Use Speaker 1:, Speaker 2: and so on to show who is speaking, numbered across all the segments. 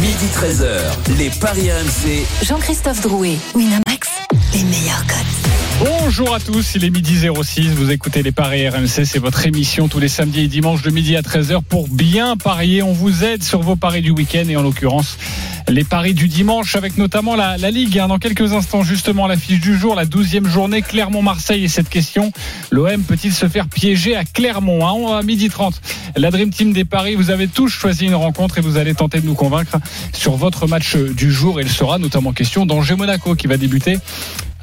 Speaker 1: Midi 13h, les Paris RMC.
Speaker 2: Jean-Christophe Drouet, Winamax, les meilleurs codes.
Speaker 3: Bonjour à tous, il est midi 06, vous écoutez les paris RMC, c'est votre émission tous les samedis et dimanches de midi à 13h pour bien parier. On vous aide sur vos paris du week-end et en l'occurrence les paris du dimanche avec notamment la, la Ligue. hein. Dans quelques instants justement l'affiche du jour, la 12e journée Clermont-Marseille et cette question, l'OM peut-il se faire piéger à Clermont hein On- À midi 30, la Dream Team des paris, vous avez tous choisi une rencontre et vous allez tenter de nous convaincre sur votre match du jour. Il sera notamment question d'Angers-Monaco qui va débuter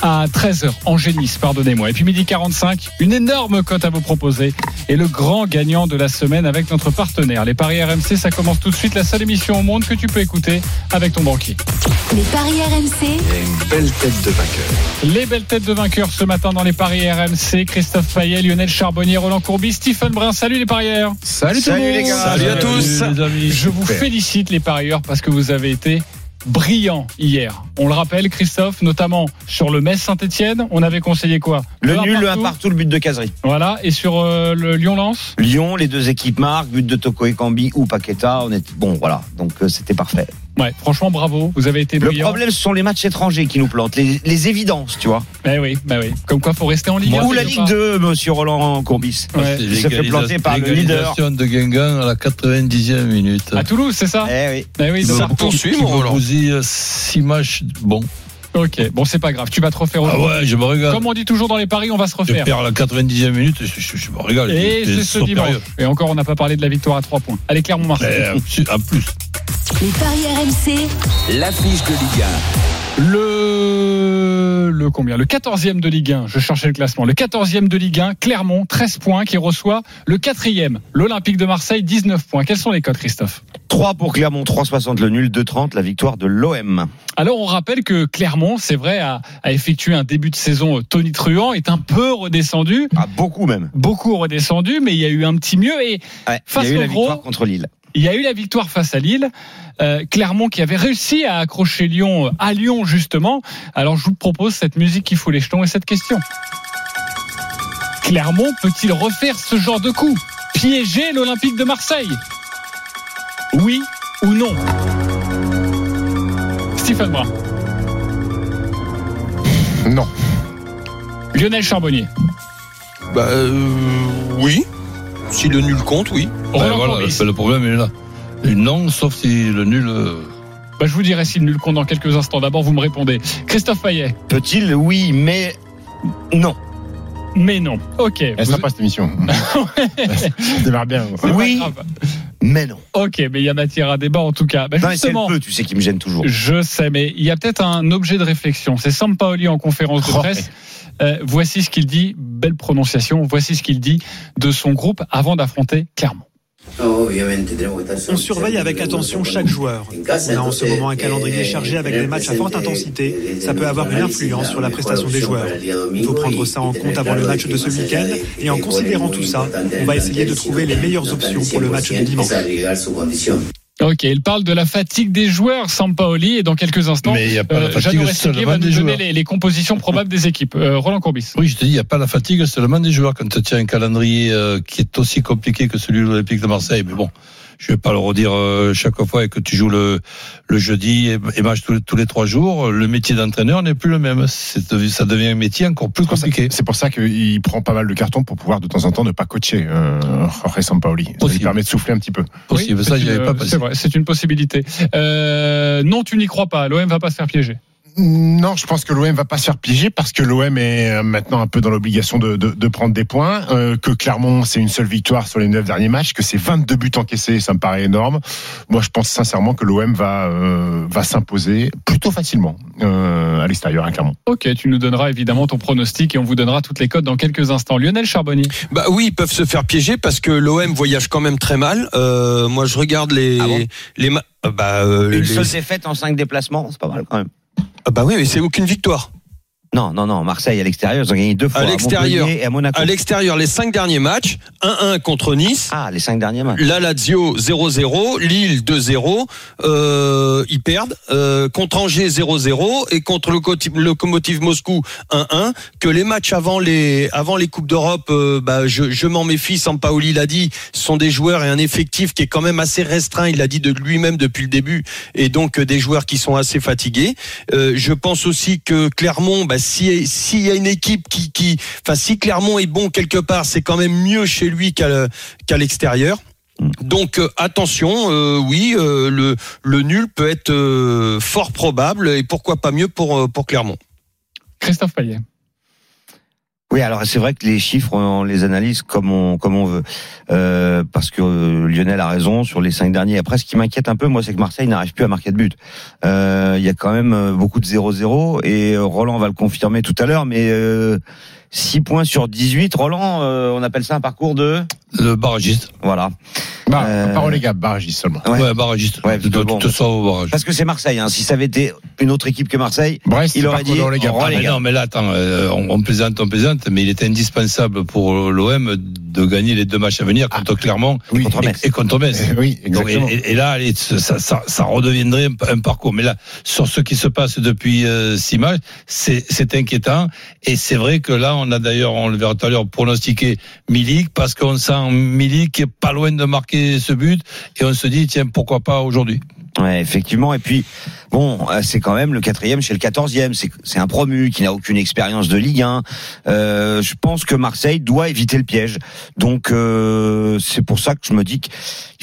Speaker 3: à 13h en Nice, pardonnez-moi. Et puis midi 45, une énorme cote à vous proposer et le grand gagnant de la semaine avec notre partenaire. Les Paris RMC, ça commence tout de suite, la seule émission au monde que tu peux écouter avec ton banquier.
Speaker 2: Les paris RMC,
Speaker 3: Les belles têtes de vainqueurs ce matin dans les Paris RMC, Christophe Payet, Lionel Charbonnier, Roland Courbis, Stephen Brun. Salut les parieurs
Speaker 4: Salut, tout le monde.
Speaker 5: Salut à tous.
Speaker 3: Je vous félicite les parieurs parce que vous avez été brillants hier. On le rappelle, Christophe, notamment sur le Metz Saint-Etienne, on avait conseillé quoi
Speaker 4: Le
Speaker 3: un
Speaker 4: nul, le 1
Speaker 3: partout.
Speaker 4: partout, le but de Casery.
Speaker 3: Voilà, et sur euh, le Lyon-Lens
Speaker 4: Lyon, les deux équipes marquent, but de Toko Ekambi ou Paqueta. On est bon, voilà. Donc euh, c'était parfait.
Speaker 3: Ouais, franchement, bravo, vous avez été
Speaker 4: Le
Speaker 3: brillants.
Speaker 4: problème, ce sont les matchs étrangers qui nous plantent, les, les évidences, tu vois.
Speaker 3: Bah oui, bah oui. Comme quoi, faut rester en Ligue 1.
Speaker 4: ou la Ligue 2, Monsieur Roland Courbis.
Speaker 3: Ouais.
Speaker 4: Il se fait planter par le leader.
Speaker 6: L'égalisation de Guingamp à la 90e minute.
Speaker 3: À Toulouse, c'est ça
Speaker 4: Eh oui.
Speaker 3: Bah oui,
Speaker 6: Qui me-
Speaker 3: ça.
Speaker 6: qui- qui me bousille euh, six matchs. Bon.
Speaker 3: Ok, bon, c'est pas grave, tu vas te refaire
Speaker 6: Ah
Speaker 3: aujourd'hui.
Speaker 6: ouais, je me regarde.
Speaker 3: Comme on dit toujours dans les paris, on va se
Speaker 6: Je
Speaker 3: refaire.
Speaker 6: perds la 90e minute, je, je- je me regarde.
Speaker 3: Et
Speaker 6: C'est-
Speaker 3: c'est
Speaker 6: c'est
Speaker 3: ce dimanche.
Speaker 6: sérieux.
Speaker 3: Et encore, on n'a pas parlé de la victoire à 3 points. Allez, Clermont-Marseille.
Speaker 4: Eh,
Speaker 6: Mais, euh, en plus.
Speaker 2: les paris RMC,
Speaker 1: L'affiche de Ligue
Speaker 3: Le... le combien Le 14e de Ligue 1, je cherchais le classement. Le 14e de Ligue 1, Clermont, 13 points, qui reçoit le 4e, l'Olympique de Marseille, 19 points. Quels sont les codes, Christophe
Speaker 4: 3 pour Clermont, 3,60 le nul, 2,30 la victoire de l'OM.
Speaker 3: Alors, on rappelle que Clermont, c'est vrai, a, a effectué un début de saison euh, tonitruant, est un peu redescendu,
Speaker 4: Ah, beaucoup même.
Speaker 3: beaucoup redescendu, mais il y a eu un petit mieux et
Speaker 4: Ouais, il
Speaker 3: Face
Speaker 4: y a eu
Speaker 3: au
Speaker 4: la
Speaker 3: gros.
Speaker 4: victoire contre Lille.
Speaker 3: Il y a eu la victoire face à Lille, euh, Clermont qui avait réussi à accrocher Lyon euh, à Lyon justement. Alors je vous propose cette musique qui fout les jetons et cette question. Clermont peut-il refaire ce genre de coup Piéger l'Olympique de Marseille Oui ou non Stephen Brun.
Speaker 5: Non.
Speaker 3: Lionel Charbonnier.
Speaker 5: Bah euh, oui. Si le nul compte, oui.
Speaker 6: Ouais,
Speaker 3: Roland
Speaker 6: Ben voilà,
Speaker 3: Courbis.
Speaker 6: c'est le problème il est là. Et non, sauf si le nul. euh,
Speaker 3: Bah, je vous dirai si le nul compte dans quelques instants. D'abord, vous me répondez. Christophe Payet.
Speaker 4: Peut-il Oui, mais non.
Speaker 3: Mais non. Ok.
Speaker 5: Elle
Speaker 3: Vous-
Speaker 5: sympa cette émission. Ça démarre bien.
Speaker 3: c'est pas
Speaker 4: Oui,
Speaker 3: grave.
Speaker 4: mais non.
Speaker 3: Ok, mais il y a matière à débat en tout cas. Bah,
Speaker 4: Non, mais c'est le
Speaker 3: justement,
Speaker 4: peu, tu sais, qui me gêne toujours.
Speaker 3: je sais, mais il y a peut-être un objet de réflexion. C'est Sampaoli en conférence de
Speaker 5: Oh,
Speaker 3: presse. Euh, voici ce qu'il dit, belle prononciation, voici ce qu'il dit de son groupe avant d'affronter Clermont.
Speaker 7: Oh, On surveille avec attention chaque joueur. On a en eh, ce moment un calendrier chargé avec des matchs à forte intensité. Ça peut avoir une influence sur la prestation des joueurs. Il faut prendre ça en compte avant le match de ce week-end. Et en considérant tout ça, on va essayer de trouver les meilleures options pour le match de dimanche.
Speaker 3: Ok, il parle de la fatigue des joueurs, Sampaoli, et dans quelques instants,
Speaker 6: Mais il n'y a pas
Speaker 3: euh,
Speaker 6: la
Speaker 3: Jeannot
Speaker 6: fatigue
Speaker 3: Rességuier
Speaker 6: seulement
Speaker 3: va
Speaker 6: des
Speaker 3: nous donner
Speaker 6: joueurs.
Speaker 3: les, les compositions probables des équipes. Euh, Roland Courbis.
Speaker 6: Oui, je te dis, il n'y a pas la fatigue seulement des joueurs quand tu as un calendrier euh, qui est aussi compliqué que celui de l'Olympique de Marseille. Mais bon, je ne vais pas le redire euh, chaque fois et que tu joues le, le jeudi et, et match tous les, tous les trois jours. Le métier d'entraîneur n'est plus le même. C'est devi- ça devient un métier encore plus compliqué.
Speaker 5: C'est pour ça qu'il prend pas mal de cartons pour pouvoir de temps en temps ne pas coacher euh, Jorge Sampaoli. Ça lui
Speaker 6: Possible.
Speaker 5: permet de souffler un petit peu.
Speaker 6: Possible.
Speaker 3: Oui,
Speaker 6: ça,
Speaker 3: c'est
Speaker 6: j'y avais
Speaker 4: euh,
Speaker 3: une-
Speaker 6: pas pensé.
Speaker 3: C'est vrai, c'est une possibilité. Euh, non, tu n'y crois pas. L'OM va pas se faire piéger.
Speaker 5: Non, je pense que l'OM va pas se faire piéger parce que l'OM est euh, maintenant un peu dans l'obligation de, de- de prendre des points, euh, que Clermont c'est une seule victoire sur les neuf derniers matchs, que c'est 22 buts encaissés, ça me paraît énorme. Moi, je pense sincèrement que l'OM va euh, va s'imposer plutôt facilement euh, à l'extérieur à Clermont.
Speaker 3: Ok, tu nous donneras évidemment ton pronostic et on vous donnera toutes les cotes dans quelques instants. Lionel Charbonnier.
Speaker 8: Bah oui, ils peuvent se faire piéger parce que l'OM voyage quand même très mal. Euh, moi, je regarde les
Speaker 4: Ah bon
Speaker 8: les ma- euh, bah euh,
Speaker 4: Une
Speaker 8: les-
Speaker 4: seule défaite en 5 déplacements, c'est pas mal quand même.
Speaker 8: Ah bah oui, mais c'est aucune victoire.
Speaker 4: Non, non, non. Marseille à l'extérieur, ils ont gagné deux fois.
Speaker 9: À l'extérieur.
Speaker 4: Montpellier et à Monaco.
Speaker 9: À l'extérieur, les cinq derniers matchs, 1-1 contre Nice.
Speaker 4: Ah, les cinq derniers matchs.
Speaker 9: La Lazio 0-0, Lille 2-0, euh, ils perdent. Euh, contre Angers 0-0 et contre le locomotive Moscou 1-1. Que les matchs avant les avant les coupes d'Europe, euh, bah, je, je m'en méfie. Sampaoli l'a dit, ce sont des joueurs et un effectif qui est quand même assez restreint. Il l'a dit de lui-même depuis le début et donc euh, des joueurs qui sont assez fatigués. Euh, je pense aussi que Clermont, bah, si s'il y a une équipe qui qui, enfin si Clermont est bon quelque part, c'est quand même mieux chez lui qu'à le- qu'à l'extérieur. Donc euh, attention, euh, oui, euh, le, le nul peut être euh, fort probable et pourquoi pas mieux pour, euh, pour Clermont.
Speaker 3: Christophe Payet.
Speaker 4: Oui, alors c'est vrai que les chiffres, on les analyse comme on comme on veut, Euh, parce que euh, Lionel a raison sur les cinq derniers. Après, ce qui m'inquiète un peu, moi, c'est que Marseille n'arrive plus à marquer de but. Euh, Il y a quand même euh, beaucoup de 0-0 et euh, Roland va le confirmer tout à l'heure, mais euh, 6 points sur 18, Roland, euh, on appelle ça un parcours de
Speaker 10: Le barragiste.
Speaker 4: voilà.
Speaker 5: Bah,
Speaker 4: Euh,
Speaker 5: Parole les gars, barragiste seulement.
Speaker 4: Ouais.
Speaker 10: Ouais, barragiste.
Speaker 4: Ouais,
Speaker 10: tu, te-
Speaker 4: bon.
Speaker 10: tu te sors au barrage.
Speaker 4: Parce que c'est Marseille. Hein. Si ça avait été une autre équipe que Marseille,
Speaker 5: Brest,
Speaker 4: Il
Speaker 5: c'est
Speaker 4: aurait
Speaker 5: parcours
Speaker 4: dit,
Speaker 5: dans les gars.
Speaker 4: on relève.
Speaker 10: Ah, Mais non, mais là, attends, euh, on, on plaisante, on plaisante, mais il était indispensable pour l'OM de gagner les deux matchs à venir contre
Speaker 9: Ah.
Speaker 10: Clermont
Speaker 5: Oui,
Speaker 4: contre Metz.
Speaker 10: et contre Metz.
Speaker 5: Euh, oui,
Speaker 10: Donc, et,
Speaker 5: exactement.
Speaker 10: et- et là, allez, ça, ça, ça redeviendrait un, un parcours. Mais là, sur ce qui se passe depuis euh, six matchs, c'est c'est inquiétant. Et c'est vrai que là, on a d'ailleurs, on le verra tout à l'heure, pronostiqué Milik parce qu'on sent Milik qui est pas loin de marquer ce but et on se dit, tiens, pourquoi pas aujourd'hui
Speaker 4: Ouais, effectivement. Et puis, bon, euh, c'est quand même le quatrième chez le quatorzième. C'est c'est un promu qui n'a aucune expérience de Ligue 1. Euh, je pense que Marseille doit éviter le piège. Donc, euh, c'est pour ça que je me dis qu'il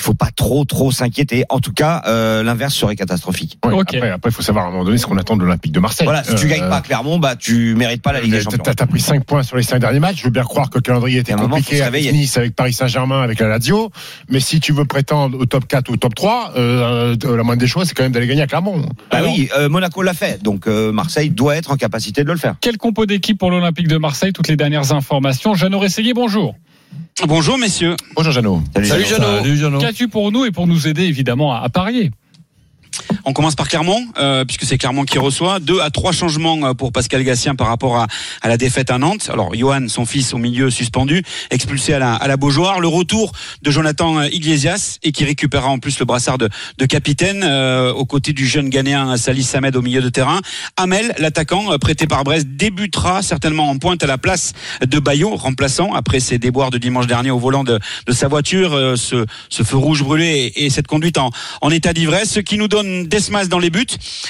Speaker 4: faut pas trop, trop s'inquiéter. En tout cas, euh, l'inverse serait catastrophique.
Speaker 5: Ouais,
Speaker 3: Ok.
Speaker 5: Après, après, il faut savoir à un moment donné ce qu'on attend de l'Olympique de Marseille.
Speaker 4: Voilà, si tu
Speaker 5: Euh,
Speaker 4: gagnes pas Clermont, bah tu mérites pas la Ligue des
Speaker 5: Mais
Speaker 4: Champions.
Speaker 5: T'as t'as pris 5 points sur les 5 derniers matchs. Je veux bien croire que le calendrier
Speaker 4: Il y
Speaker 5: était
Speaker 4: a un moment, faut
Speaker 5: compliqué
Speaker 4: se
Speaker 5: avec
Speaker 4: réveiller.
Speaker 5: Nice, avec Paris Saint-Germain, avec la Lazio. Mais si tu veux prétendre au top 4 ou au top 3, euh, euh, la moindre des choses, c'est quand même d'aller gagner à Clermont.
Speaker 4: Bah oui, euh, Monaco l'a fait. Donc euh, Marseille doit être en capacité de le faire.
Speaker 3: Quel compo d'équipe pour l'Olympique de Marseille Toutes les dernières informations. Jeannot Rességuier, bonjour.
Speaker 8: Bonjour messieurs.
Speaker 5: Bonjour Jeannot.
Speaker 9: Salut
Speaker 4: Jean.
Speaker 9: Jeannot.
Speaker 10: Salut, Jeannot.
Speaker 3: Qu'as-tu pour nous et pour nous aider évidemment à, à parier
Speaker 8: On commence par Clermont, euh, puisque c'est Clermont qui reçoit. Deux à trois changements euh, pour Pascal Gassien par rapport à, à la défaite à Nantes. Alors, Johan, son fils au milieu suspendu, expulsé à la, à la Beaujoire. Le retour de Jonathan euh, Iglesias et qui récupérera en plus le brassard de, de capitaine euh, aux côtés du jeune Ghanéen euh, Salih Samed au milieu de terrain. Amel, l'attaquant euh, prêté par Brest, débutera certainement en pointe à la place de Bayo, remplaçant après ses déboires de dimanche dernier au volant de, de sa voiture, euh, ce, ce feu rouge brûlé et, et cette conduite en, en état d'ivresse, ce qui nous donne Desmas dans les buts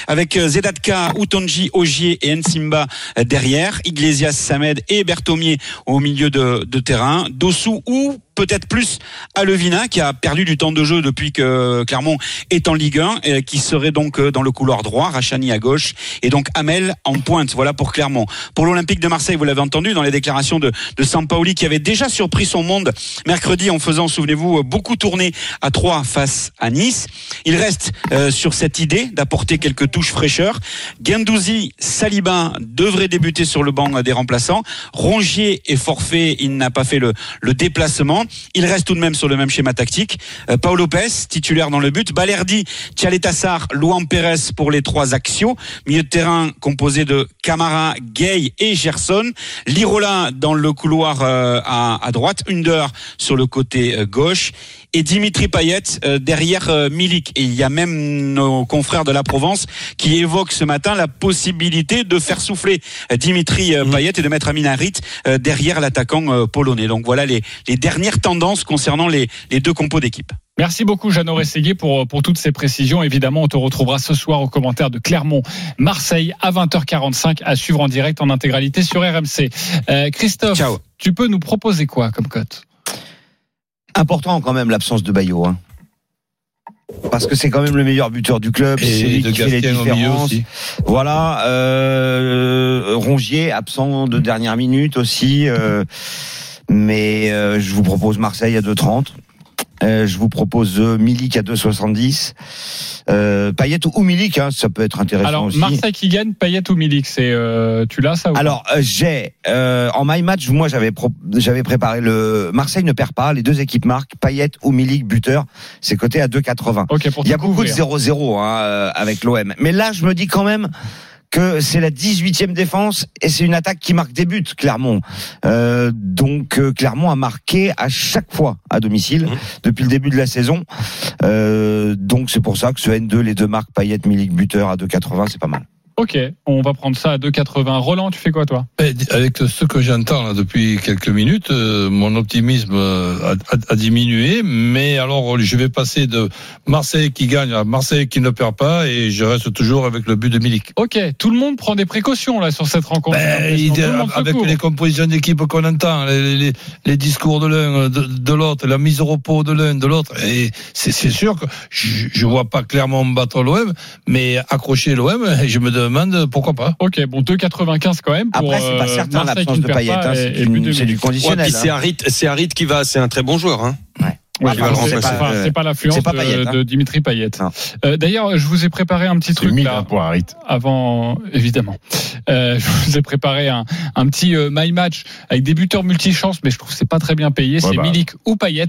Speaker 8: avec euh, Zedatka, Utonji, Ogier et Nsimba euh, derrière, Iglesias, Samed et Bertomier au milieu de, de terrain, Dossou ou peut-être plus à Levina qui a perdu du temps de jeu depuis que Clermont est en Ligue 1 et qui serait donc euh, dans le couloir droit, Rachani à gauche et donc Amel en pointe. Voilà pour Clermont. Pour l'Olympique de Marseille, vous l'avez entendu dans les déclarations de, de Sampaoli qui avait déjà surpris son monde mercredi en faisant, souvenez-vous, euh, beaucoup tourner à 3 face à Nice. Il reste euh, sur cette idée d'apporter quelques touches fraîcheur. Gendouzi, Saliba devraient débuter sur le banc euh, des remplaçants. Rongier est forfait, il n'a pas fait le, le déplacement. Il reste tout de même sur le même schéma tactique. Euh, Paul Lopez, titulaire dans le but. Balerdi, Tchaletassar, Luan Pérez pour les trois axiaux. Milieu de terrain composé de Camara, Gay et Gerson. Lirola dans le couloir euh, à, à droite. Under sur le côté euh, gauche et Dimitri Payet euh, derrière euh, Milik. Et il y a même nos confrères de la Provence qui évoquent ce matin la possibilité de faire souffler euh, Dimitri
Speaker 6: Mm.
Speaker 8: euh, Payet et de mettre Amin Harit euh, derrière l'attaquant euh, polonais. Donc voilà les, les dernières tendances concernant les, les deux compos d'équipe.
Speaker 3: Merci beaucoup Jeannot Rességuier pour, pour toutes ces précisions. Évidemment, on te retrouvera ce soir au commentaire de Clermont Marseille à 20h45 à suivre en direct en intégralité sur RMC. Euh, Christophe,
Speaker 8: Ciao.
Speaker 3: tu peux nous proposer quoi comme cote
Speaker 4: Important quand même l'absence de Bayo. Hein. Parce que c'est quand même le meilleur buteur du club, c'est
Speaker 10: Et
Speaker 4: lui
Speaker 10: de
Speaker 4: qui fait les
Speaker 10: Gastien au milieu
Speaker 4: différences.
Speaker 10: aussi.
Speaker 4: Voilà, euh, Rongier absent de dernière minute aussi, euh, mais euh, je vous propose Marseille à 2,30. Euh, je vous propose euh, Milik à 2,70. Euh, Payet ou Milik, hein, ça peut être intéressant
Speaker 3: Alors,
Speaker 4: aussi.
Speaker 3: Marseille qui gagne, Payet ou Milik, c'est euh, tu l'as ça ou pas
Speaker 4: Alors euh, j'ai euh, en my match moi j'avais pro- j'avais préparé le Marseille ne perd pas les deux équipes marquent Payet ou Milik buteur c'est coté à 2,80.
Speaker 3: Ok, pour
Speaker 4: Il y a
Speaker 3: te
Speaker 4: beaucoup de
Speaker 3: couvrir.
Speaker 4: 0-0 hein, euh, avec l'OM. Mais là, je me dis quand même que c'est la 18e défense et c'est une attaque qui marque des buts, Clermont. Euh, donc euh, Clermont a marqué à chaque fois à domicile depuis le début de la saison. Euh, donc c'est pour ça que ce N2, les deux marques Payet, Milik, buteur à 2,80, c'est pas mal.
Speaker 3: Ok, on va prendre ça à 2,80. Roland, tu fais quoi toi
Speaker 6: Ben, Avec ce que j'entends là, depuis quelques minutes, euh, mon optimisme euh, a, a- a diminué, mais alors je vais passer de Marseille qui gagne à Marseille qui ne perd pas et je reste toujours avec le but de Milik.
Speaker 3: Ok, tout le monde prend des précautions là sur cette rencontre. J'ai
Speaker 4: Bah,
Speaker 6: Ben,
Speaker 3: l'impression.
Speaker 6: il-
Speaker 3: Tout le monde se
Speaker 6: avec
Speaker 3: court.
Speaker 6: les compositions d'équipe qu'on entend, les, les- les discours de l'un, de, de l'autre, la mise au repos de l'un, de l'autre, et c'est, c'est sûr que je, je vois pas clairement battre l'OM, mais accrocher l'OM, je me demande pourquoi pas.
Speaker 3: Ok, bon 2,95 quand même. Pour,
Speaker 4: Après, c'est pas
Speaker 3: euh,
Speaker 4: certain
Speaker 3: Marseille
Speaker 4: l'absence
Speaker 3: qui ne
Speaker 4: de
Speaker 3: perd
Speaker 4: Payet,
Speaker 3: pas
Speaker 4: hein,
Speaker 3: et-
Speaker 4: c'est
Speaker 3: et but de
Speaker 4: une- c'est du
Speaker 3: Milik.
Speaker 8: Ouais,
Speaker 4: conditionnel.
Speaker 8: puis c'est
Speaker 4: hein.
Speaker 8: Harit, c'est Harit qui va, c'est un très bon joueur. Hein.
Speaker 3: Ouais,
Speaker 4: Ah,
Speaker 3: je
Speaker 4: bah,
Speaker 3: pense que
Speaker 4: c'est
Speaker 3: c'est
Speaker 4: pas-
Speaker 3: pas,
Speaker 4: euh,
Speaker 3: c'est pas l'affluence
Speaker 4: c'est pas Payet,
Speaker 3: de,
Speaker 4: hein.
Speaker 3: de Dimitri Payet.
Speaker 4: Non.
Speaker 3: Euh, D'ailleurs, je vous ai préparé un petit
Speaker 5: C'est
Speaker 3: truc
Speaker 5: 1000
Speaker 3: là.
Speaker 5: pour Harit.
Speaker 3: avant, évidemment. Euh, je vous ai préparé un, un petit euh, my match avec des buteurs multichances, mais je trouve que c'est pas très bien payé.
Speaker 5: Ouais,
Speaker 3: c'est
Speaker 5: bah.
Speaker 3: Milik ou Payet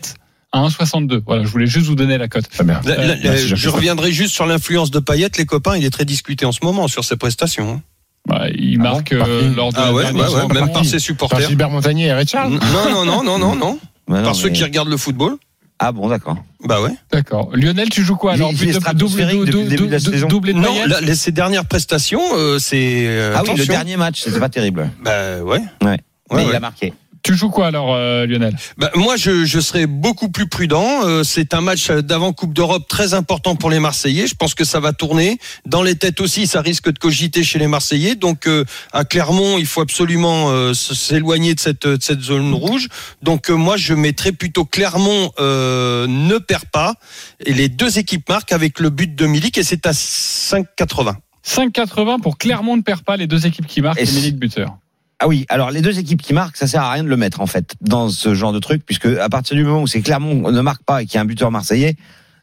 Speaker 3: à 1,62. Voilà, je voulais juste vous donner la cote.
Speaker 5: Très bien.
Speaker 8: La- la-
Speaker 3: Euh,
Speaker 8: la-
Speaker 5: merci,
Speaker 8: je
Speaker 5: j'apprécie.
Speaker 8: reviendrai juste sur l'influence de Payet, les copains. Il est très discuté en ce moment sur ses prestations. hein.
Speaker 3: Bah, il
Speaker 5: Ah
Speaker 3: marque
Speaker 5: bon Par
Speaker 3: euh,
Speaker 5: qui
Speaker 3: lors de
Speaker 8: Ah
Speaker 3: la
Speaker 8: ouais,
Speaker 3: dernière
Speaker 8: ouais, ouais,
Speaker 3: rencontre.
Speaker 8: même par ses
Speaker 5: Par
Speaker 8: supporters.
Speaker 5: Gilbert Montagnier et Richard
Speaker 8: Non, non, non, non, non, non.
Speaker 4: Bah, non,
Speaker 8: Par ceux
Speaker 4: mais-
Speaker 8: qui regardent le football.
Speaker 4: Ah bon, d'accord.
Speaker 8: Bah ouais.
Speaker 3: D'accord. Lionel, tu joues quoi alors
Speaker 4: Il- il est
Speaker 3: de-
Speaker 4: stratosphérique
Speaker 3: double-
Speaker 4: depuis le début de la
Speaker 3: double-
Speaker 4: saison.
Speaker 3: double de
Speaker 8: Non,
Speaker 3: Payet
Speaker 8: la- les- ses dernières prestations, euh, c'est. euh,
Speaker 4: Ah oui, le
Speaker 8: attention.
Speaker 4: dernier match, c'était pas terrible.
Speaker 8: Bah ouais.
Speaker 4: Ouais.
Speaker 8: Ouais,
Speaker 4: mais
Speaker 8: ouais.
Speaker 4: il a marqué.
Speaker 3: Tu joues quoi alors, euh, Lionel
Speaker 8: Bah, moi, je, je serais beaucoup plus prudent. Euh, c'est un match d'avant Coupe d'Europe très important pour les Marseillais. Je pense que ça va tourner dans les têtes aussi. Ça risque de cogiter chez les Marseillais. Donc euh, à Clermont, il faut absolument euh, s- s'éloigner de cette, de cette zone rouge. Donc euh, moi, je mettrais plutôt Clermont euh, ne perd pas et les deux équipes marquent avec le but de Milik et c'est à 5,80.
Speaker 3: 5,80 pour Clermont ne perd pas les deux équipes qui marquent et,
Speaker 4: Et c'est-
Speaker 3: Milik buteur.
Speaker 4: Ah oui, alors les deux équipes qui marquent, ça sert à rien de le mettre en fait dans ce genre de truc, puisque à partir du moment où c'est Clermont ne marque pas et qu'il y a un buteur marseillais,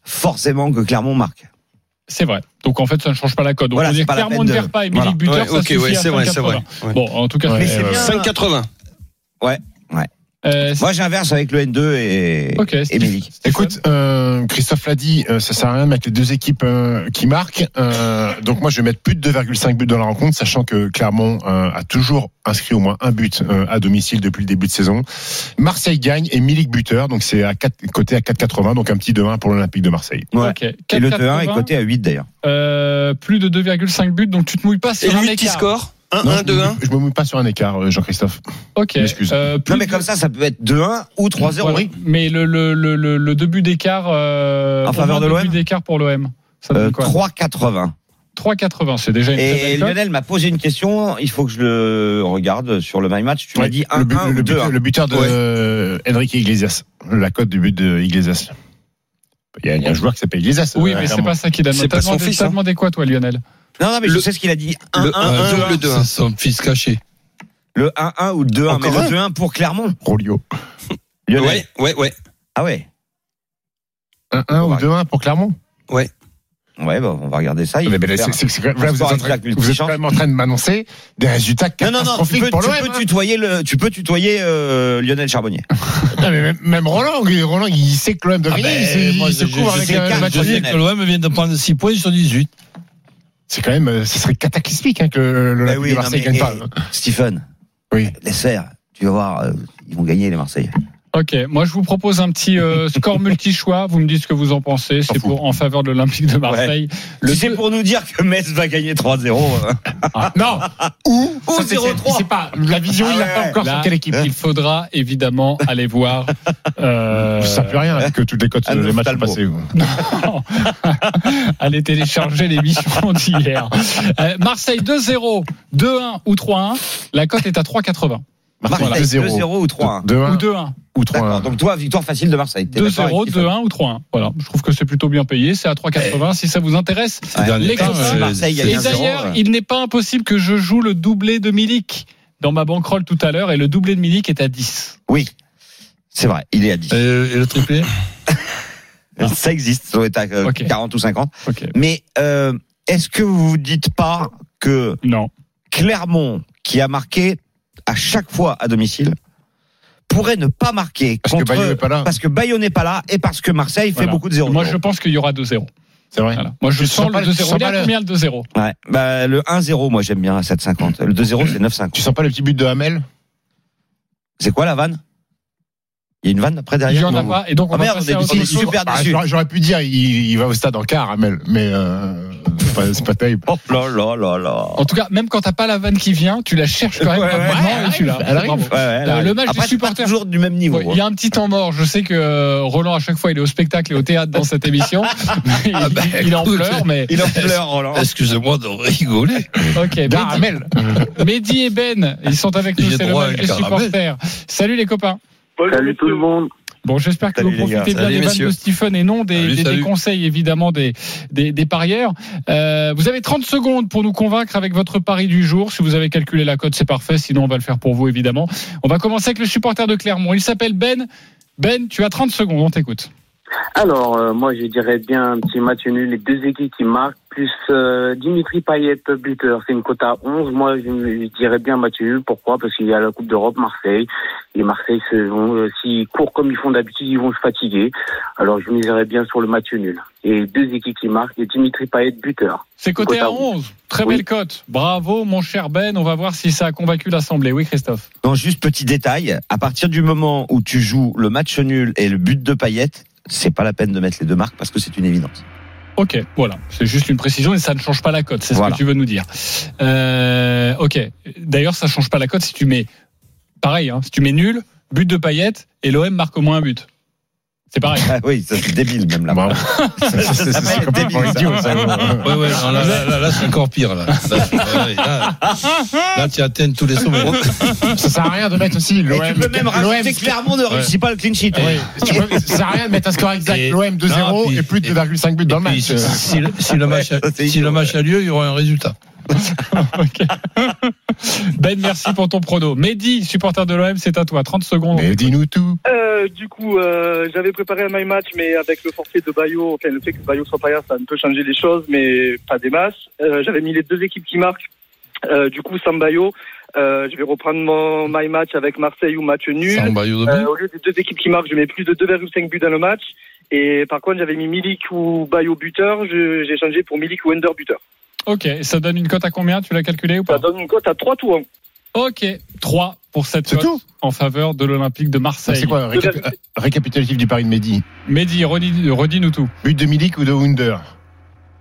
Speaker 4: forcément que Clermont marque.
Speaker 3: C'est vrai. Donc en fait, ça ne change pas la cote. Donc
Speaker 4: Voilà,
Speaker 3: on
Speaker 4: c'est
Speaker 3: dit
Speaker 4: pas la
Speaker 3: Clermont
Speaker 4: peine
Speaker 3: ne
Speaker 4: de-
Speaker 3: perd pas et
Speaker 4: Voilà.
Speaker 3: Milik buteur.
Speaker 8: Ouais,
Speaker 3: ça
Speaker 8: ok,
Speaker 3: suffit
Speaker 8: ouais,
Speaker 3: à
Speaker 8: c'est vrai, c'est vrai.
Speaker 3: 5,80.
Speaker 8: Ouais.
Speaker 3: Bon, en tout cas,
Speaker 5: Ouais,
Speaker 3: c'est-
Speaker 5: ouais, ouais.
Speaker 8: 5,80.
Speaker 3: Euh,
Speaker 4: Moi j'inverse avec le N2 et,
Speaker 3: Ok,
Speaker 4: et
Speaker 3: Steve.
Speaker 4: Milik.
Speaker 5: Écoute, euh, Christophe l'a dit, euh, ça sert à rien de mettre les deux équipes euh, qui marquent. Euh, donc moi, je vais mettre plus de 2,5 buts dans la rencontre, sachant que Clermont euh, a toujours inscrit au moins un but euh, à domicile depuis le début de saison. Marseille gagne et Milik buteur, donc c'est à quatre- coté à 4,80, donc un petit 2-1 pour l'Olympique de Marseille.
Speaker 4: Ouais.
Speaker 3: Ok.
Speaker 4: Et le 2-1 est
Speaker 3: 4,80,
Speaker 4: coté à 8 d'ailleurs.
Speaker 3: euh, plus de 2,5 buts, donc tu te mouilles pas
Speaker 8: Et
Speaker 3: sur un
Speaker 8: le
Speaker 3: écart.
Speaker 8: multiscore 1-1,
Speaker 5: Non, je me
Speaker 8: 2-1.
Speaker 5: mou- Je me mouille pas sur un écart, euh, Jean-Christophe.
Speaker 3: Ok.
Speaker 5: M'excuse.
Speaker 3: euh, plus
Speaker 4: Non mais
Speaker 3: de-
Speaker 4: comme ça, ça peut être 2-1 ou 3-0.
Speaker 3: Voilà. Mais le le le le, le deux buts d'écart euh,
Speaker 4: En
Speaker 3: au
Speaker 4: faveur
Speaker 3: moins
Speaker 4: de
Speaker 3: deux
Speaker 4: l'OM?
Speaker 3: buts d'écart pour l'OM. Ça
Speaker 4: Euh,
Speaker 3: donne quoi
Speaker 4: 3,80.
Speaker 3: 3,80, c'est déjà une très
Speaker 4: Et
Speaker 3: belle cote.
Speaker 4: Lionel m'a posé une question, il faut que je le regarde sur le My Match. Tu m'as
Speaker 5: Ouais,
Speaker 4: dit
Speaker 5: le, but-
Speaker 4: 1-1
Speaker 5: le
Speaker 4: ou
Speaker 5: but-
Speaker 4: 2-1.
Speaker 5: le buteur de
Speaker 8: Ouais.
Speaker 5: euh, Enrique Iglesias, la cote du but de Iglesias. Il y a, il y a un joueur qui s'appelle Iglesias.
Speaker 3: Oui,
Speaker 5: euh,
Speaker 3: mais c'est
Speaker 5: clairement.
Speaker 3: pas ça qui donne.
Speaker 8: C'est
Speaker 3: T'as
Speaker 8: pas son
Speaker 3: demandé-
Speaker 8: fils,
Speaker 3: T'as
Speaker 8: hein.
Speaker 3: demandé quoi, toi, Lionel
Speaker 4: Non, non, mais je
Speaker 8: le-
Speaker 4: sais ce qu'il a dit.
Speaker 8: Le
Speaker 4: 1-1, 2-1.
Speaker 8: double 2-1.
Speaker 6: C'est son fils caché.
Speaker 4: Le 1-1 ou 2-1. Mais
Speaker 8: Encore
Speaker 4: le 2-1 pour Clermont.
Speaker 5: Rolio.
Speaker 4: Lionel.
Speaker 8: Ouais, ouais, ouais.
Speaker 4: Ah ouais.
Speaker 5: 1-1 ou
Speaker 4: Ouais.
Speaker 5: 2-1 pour Clermont
Speaker 4: Ouais, bah, on va regarder ça. il
Speaker 5: Mais
Speaker 4: faut
Speaker 5: ben là,
Speaker 4: faire-
Speaker 5: c'est- c'est- c'est- là, Vous êtes
Speaker 4: sport
Speaker 5: en train-
Speaker 4: exact,
Speaker 5: vous êtes quand même en train de m'annoncer des résultats
Speaker 4: Non, non, non, tu
Speaker 5: catastrophiques
Speaker 4: peux,
Speaker 5: pour
Speaker 4: tu
Speaker 5: l'OM.
Speaker 4: peux
Speaker 5: hein.
Speaker 4: tutoyer, le, tu peux tutoyer euh, Lionel Charbonnier.
Speaker 5: Non, mais même- Même Roland, il- Roland, il sait que
Speaker 4: Ah,
Speaker 5: l'OM de gagner, il se- il se couvre avec
Speaker 4: sais
Speaker 5: un
Speaker 3: euh,
Speaker 4: qu'un
Speaker 5: match.
Speaker 4: match-
Speaker 6: que l'OM vient de prendre 6 points sur 18.
Speaker 5: C'est quand même, euh, ce serait cataclysmique hein, que le-
Speaker 4: Bah
Speaker 5: l'Olympique
Speaker 4: oui,
Speaker 5: de
Speaker 4: non,
Speaker 5: Marseille
Speaker 4: mais-
Speaker 5: gagne pas.
Speaker 4: eh,
Speaker 5: hein.
Speaker 4: Stephen,
Speaker 5: Oui.
Speaker 4: laisse faire. Tu vas voir, euh, ils vont gagner les Marseillais.
Speaker 3: Ok, moi je vous propose un petit euh, score multi-choix. Vous me dites ce que vous en pensez. C'est pour en faveur de l'Olympique de Marseille.
Speaker 4: Le
Speaker 3: Le
Speaker 4: c'est
Speaker 3: deux- Ah.
Speaker 4: pour nous dire que Metz va gagner 3-0. hein.
Speaker 5: Non
Speaker 4: Ou
Speaker 5: Ça, c'est- c'est- c'est pas- La vision,
Speaker 4: Ah
Speaker 5: il l'a pas
Speaker 4: ouais.
Speaker 5: encore
Speaker 3: Là,
Speaker 5: sur quelle équipe
Speaker 3: Il faudra évidemment aller voir.
Speaker 4: eh,
Speaker 3: euh,
Speaker 5: Ça ne plus rien hein, que toutes les cotes
Speaker 4: Anne
Speaker 5: des matchs sont
Speaker 4: Stalbo.
Speaker 5: passés.
Speaker 3: Allez télécharger l'émission d'hier. Euh, Marseille 2-0, 2-1 ou 3-1. La cote est à 3,80.
Speaker 5: Marseille
Speaker 4: Marseille
Speaker 5: 2-0.
Speaker 4: 2-0 ou 3-1.
Speaker 5: 2-1
Speaker 3: Ou 2-1.
Speaker 5: ou
Speaker 4: D'accord,
Speaker 5: 3-1.
Speaker 4: donc toi, victoire facile de Marseille. T'es d'accord avec
Speaker 3: 2-0,
Speaker 4: Stephen
Speaker 3: 2-1 ou 3-1. Voilà, je trouve que c'est plutôt bien payé. C'est à 3,80 si ça vous intéresse.
Speaker 6: Ces derniers
Speaker 3: les
Speaker 6: temps,
Speaker 3: copains,
Speaker 6: c'est-
Speaker 4: Marseille, il y a
Speaker 6: c'est-
Speaker 3: Et
Speaker 4: bien sûr,
Speaker 3: euh, d'ailleurs,
Speaker 4: ouais.
Speaker 3: il n'est pas impossible que je joue le doublé de Milik dans ma banquerolle tout à l'heure et le doublé de Milik est à 10.
Speaker 4: Oui, c'est vrai, il est à
Speaker 3: Euh,
Speaker 4: 10.
Speaker 6: Et et le triplé
Speaker 4: Ça existe, ça doit être à euh,
Speaker 3: Ok.
Speaker 4: 40 ou 50.
Speaker 3: Ok.
Speaker 4: Mais euh, est-ce que vous vous dites pas que
Speaker 3: Non.
Speaker 4: Clermont, qui a marqué à chaque fois à domicile, pourrait ne pas marquer
Speaker 5: Parce que
Speaker 4: contre
Speaker 5: Bayo n'est pas là.
Speaker 4: parce que Bayo n'est pas là et parce que Marseille fait
Speaker 3: Voilà.
Speaker 4: beaucoup de 0
Speaker 3: Moi, je pense qu'il y aura 2-0.
Speaker 5: C'est vrai.
Speaker 3: Voilà. Moi, je
Speaker 5: Tu
Speaker 3: sens
Speaker 5: sens
Speaker 3: le
Speaker 5: pas-
Speaker 3: 2-0.
Speaker 5: tu
Speaker 3: Il est
Speaker 5: sens pas
Speaker 3: à
Speaker 5: le-
Speaker 3: combien le 2-0
Speaker 4: Ouais. Bah, le 1-0, moi j'aime bien à 7,50. Le 2-0, c'est 9,50.
Speaker 5: Tu sens pas le petit but de Hamel
Speaker 4: C'est quoi la vanne Il y a une vanne après
Speaker 3: Il n'y
Speaker 4: derrière
Speaker 3: en a
Speaker 4: Non.
Speaker 3: pas. Et donc, on
Speaker 4: Ah
Speaker 3: va
Speaker 4: merde,
Speaker 3: passer à
Speaker 4: mais
Speaker 3: autre
Speaker 4: si,
Speaker 3: chose.
Speaker 4: super
Speaker 5: Bah,
Speaker 4: déçu.
Speaker 5: j'aurais- J'aurais pu dire, il, il va au stade en quart, Hamel, mais euh, c'est pas- c'est pas terrible.
Speaker 4: Oh là là là là.
Speaker 3: En tout cas, même quand t'as pas la vanne qui vient, tu la cherches quand même
Speaker 4: Ouais, ouais,
Speaker 3: rapidement
Speaker 4: elle
Speaker 3: et tu l'as.
Speaker 4: Elle arrive.
Speaker 3: Bravo.
Speaker 4: Ouais, ouais, elle
Speaker 3: Le match
Speaker 4: arrive.
Speaker 3: des
Speaker 4: Après, c'est pas
Speaker 3: supporters.
Speaker 4: toujours du même niveau. hein.
Speaker 3: Ouais, Il y a un petit temps mort. Je sais que euh, Roland, à chaque fois, il est au spectacle et au théâtre dans cette émission. il,
Speaker 6: bah,
Speaker 3: il est en
Speaker 6: écoute.
Speaker 3: pleurs, mais.
Speaker 4: Il en pleure, Roland.
Speaker 6: Excusez-moi de rigoler.
Speaker 3: Ok, Mehdi,
Speaker 5: Eh ben, Hamel
Speaker 3: Mehdi et Ben, ils sont avec
Speaker 6: Il
Speaker 3: nous,
Speaker 6: est
Speaker 3: c'est le
Speaker 6: Bah, droit,
Speaker 3: match
Speaker 6: le
Speaker 3: des
Speaker 6: caramel.
Speaker 3: supporters. Salut les copains.
Speaker 11: Salut tout le monde.
Speaker 3: Bon, j'espère que
Speaker 4: Salut,
Speaker 3: vous
Speaker 4: les gars.
Speaker 3: profitez bien
Speaker 8: Salut,
Speaker 3: des vannes
Speaker 8: messieurs.
Speaker 3: de Stephen et non des,
Speaker 6: Salut,
Speaker 3: des- des
Speaker 6: salut.
Speaker 3: conseils évidemment des, des, des parieurs. Euh, vous avez 30 secondes pour nous convaincre avec votre pari du jour. Si vous avez calculé la cote, c'est parfait. Sinon, on va le faire pour vous évidemment. On va commencer avec le supporter de Clermont. Il s'appelle Ben. Ben, tu as 30 secondes, on t'écoute.
Speaker 11: Alors, euh, moi, je dirais bien un petit match nul. Les deux équipes qui marquent, plus euh, Dimitri Payet, buteur. C'est une cote à 11. Moi, je, je dirais bien match nul. Pourquoi Parce qu'il y a la Coupe d'Europe, Marseille. Les Marseilles, se vont, euh, s'ils courent comme ils font d'habitude, ils vont se fatiguer. Alors, je miserais bien sur le match nul. Et deux équipes qui marquent, et Dimitri Payet, buteur.
Speaker 3: C'est coté
Speaker 11: Cote à
Speaker 3: à 11. Très
Speaker 11: Oui.
Speaker 3: belle cote. Bravo, mon cher Ben. On va voir si ça a convaincu l'Assemblée. Oui, Christophe.
Speaker 4: Non, juste petit détail. À partir du moment où tu joues le match nul et le but de Payette, c'est pas la peine de mettre les deux marques parce que c'est une évidence.
Speaker 3: Ok, voilà. C'est juste une précision et ça ne change pas la cote. C'est ce
Speaker 4: Voilà.
Speaker 3: que tu veux nous dire. Euh, ok. D'ailleurs, ça ne change pas la cote si tu mets. Pareil, hein, si tu mets nul, but de paillette et l'OM marque au moins un but. C'est pareil.
Speaker 4: Ah oui, ça c'est débile même là.
Speaker 5: Bravo. C'est- c'est- c'est- C'est complètement
Speaker 4: Débile,
Speaker 5: idiot, ça.
Speaker 6: Ouais, ouais, non, là, là, là, là, c'est encore pire. Là, là, ouais, là, là, tu atteins tous les sommets.
Speaker 5: Ça sert à rien de mettre aussi
Speaker 4: Et
Speaker 5: l'OM.
Speaker 4: tu peux même rajouter que Clermont ne réussit pas le clean sheet.
Speaker 5: Tu vois, Ça sert à rien de mettre un score exact.
Speaker 6: Et-
Speaker 5: L'OM
Speaker 6: Non,
Speaker 5: 2-0
Speaker 6: puis-
Speaker 5: et plus de 2,5 buts dans
Speaker 6: Et
Speaker 5: le
Speaker 6: puis,
Speaker 5: match.
Speaker 6: si, si le- si le match, a-
Speaker 4: ça, c'est
Speaker 6: si
Speaker 4: idiot,
Speaker 6: le match a lieu, il y aura un résultat.
Speaker 3: Ok. ben, merci pour ton prono. Mehdi, supporter de l'OM, c'est à toi. 30 secondes.
Speaker 5: Mais dis-nous tout.
Speaker 11: Euh, du coup, euh, j'avais préparé un my match, mais avec le forfait de Bayo, enfin le fait que Bayo soit pas là, ça ne peut changer les choses, mais pas des masses. Euh, j'avais mis les deux équipes qui marquent. Euh, du coup, sans Bayo, euh, je vais reprendre mon my match avec Marseille ou match nul.
Speaker 6: Sans
Speaker 5: bah,
Speaker 6: Bayo de
Speaker 11: Euh, au lieu des deux équipes qui marquent, je mets plus de 2,5 buts dans le match. Et par contre, j'avais mis Milik ou Bayo buteur, je- j'ai changé pour Milik ou Under buteur.
Speaker 3: Ok, ça donne une cote à combien Tu l'as calculé ou
Speaker 11: Ça
Speaker 3: pas
Speaker 11: donne une cote à 3 tout 1.
Speaker 3: Ok, 3 pour cette
Speaker 5: C'est
Speaker 3: cote
Speaker 5: tout
Speaker 3: en faveur de l'Olympique de Marseille.
Speaker 5: C'est quoi récap- euh, Récapitulatif du pari de Mehdi.
Speaker 3: Mehdi, redis- redis-nous tout.
Speaker 5: But de Milik ou de Wunder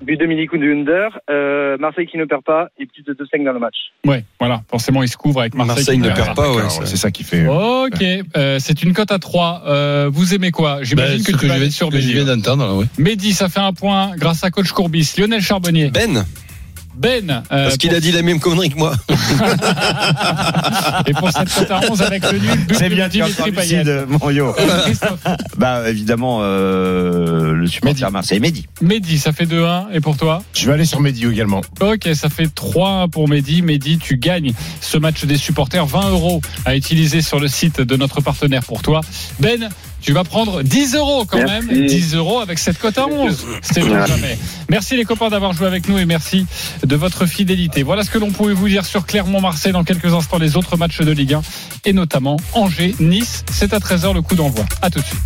Speaker 11: But de Milik ou de Under, euh, Marseille qui ne perd pas et plus de 2,5 dans le match.
Speaker 3: Ouais, voilà. Forcément, il se couvre avec Marseille.
Speaker 8: Marseille
Speaker 3: qui
Speaker 8: ne
Speaker 3: perd.
Speaker 8: perd pas, ouais.
Speaker 5: Alors,
Speaker 8: ça.
Speaker 5: C'est ça qui fait.
Speaker 3: Ok, euh, c'est une cote à 3. vous aimez quoi J'imagine
Speaker 6: Ben, ce
Speaker 3: que tu
Speaker 6: que
Speaker 3: vas
Speaker 6: je
Speaker 3: aller
Speaker 6: viens-
Speaker 3: sur
Speaker 6: ce que je
Speaker 3: Mehdi.
Speaker 6: viens d'entendre, là, oui.
Speaker 3: Mehdi, ça fait un point grâce à coach Courbis. Lionel Charbonnier.
Speaker 8: Ben,
Speaker 3: Ben, euh,
Speaker 8: parce qu'il
Speaker 3: pour-
Speaker 8: a dit la même connerie que moi.
Speaker 3: et pour cette cote à 11 avec le nul, but
Speaker 4: C'est
Speaker 3: de
Speaker 4: bien tu as
Speaker 3: Dimitri
Speaker 4: parlé
Speaker 3: Payet.
Speaker 4: de mon yo.
Speaker 3: Christophe.
Speaker 4: Bah évidemment euh, le supporter
Speaker 5: Mehdi.
Speaker 4: Marseille Mehdi.
Speaker 3: Mehdi, ça fait 2-1. Et pour toi
Speaker 5: Je vais aller sur Mehdi également.
Speaker 3: Ok, ça fait 3 pour Mehdi. Mehdi, tu gagnes ce match des supporters. 20 euros à utiliser sur le site de notre partenaire pour toi. Ben, tu vas prendre 10 euros quand
Speaker 11: Merci.
Speaker 3: même. 10 euros avec cette cote à 11. C'est bon jamais. Merci les copains d'avoir joué avec nous et merci de votre fidélité. Voilà ce que l'on pouvait vous dire sur Clermont-Marseille dans quelques instants les autres matchs de Ligue 1 et notamment Angers-Nice. C'est à 13h le coup d'envoi. À tout de suite.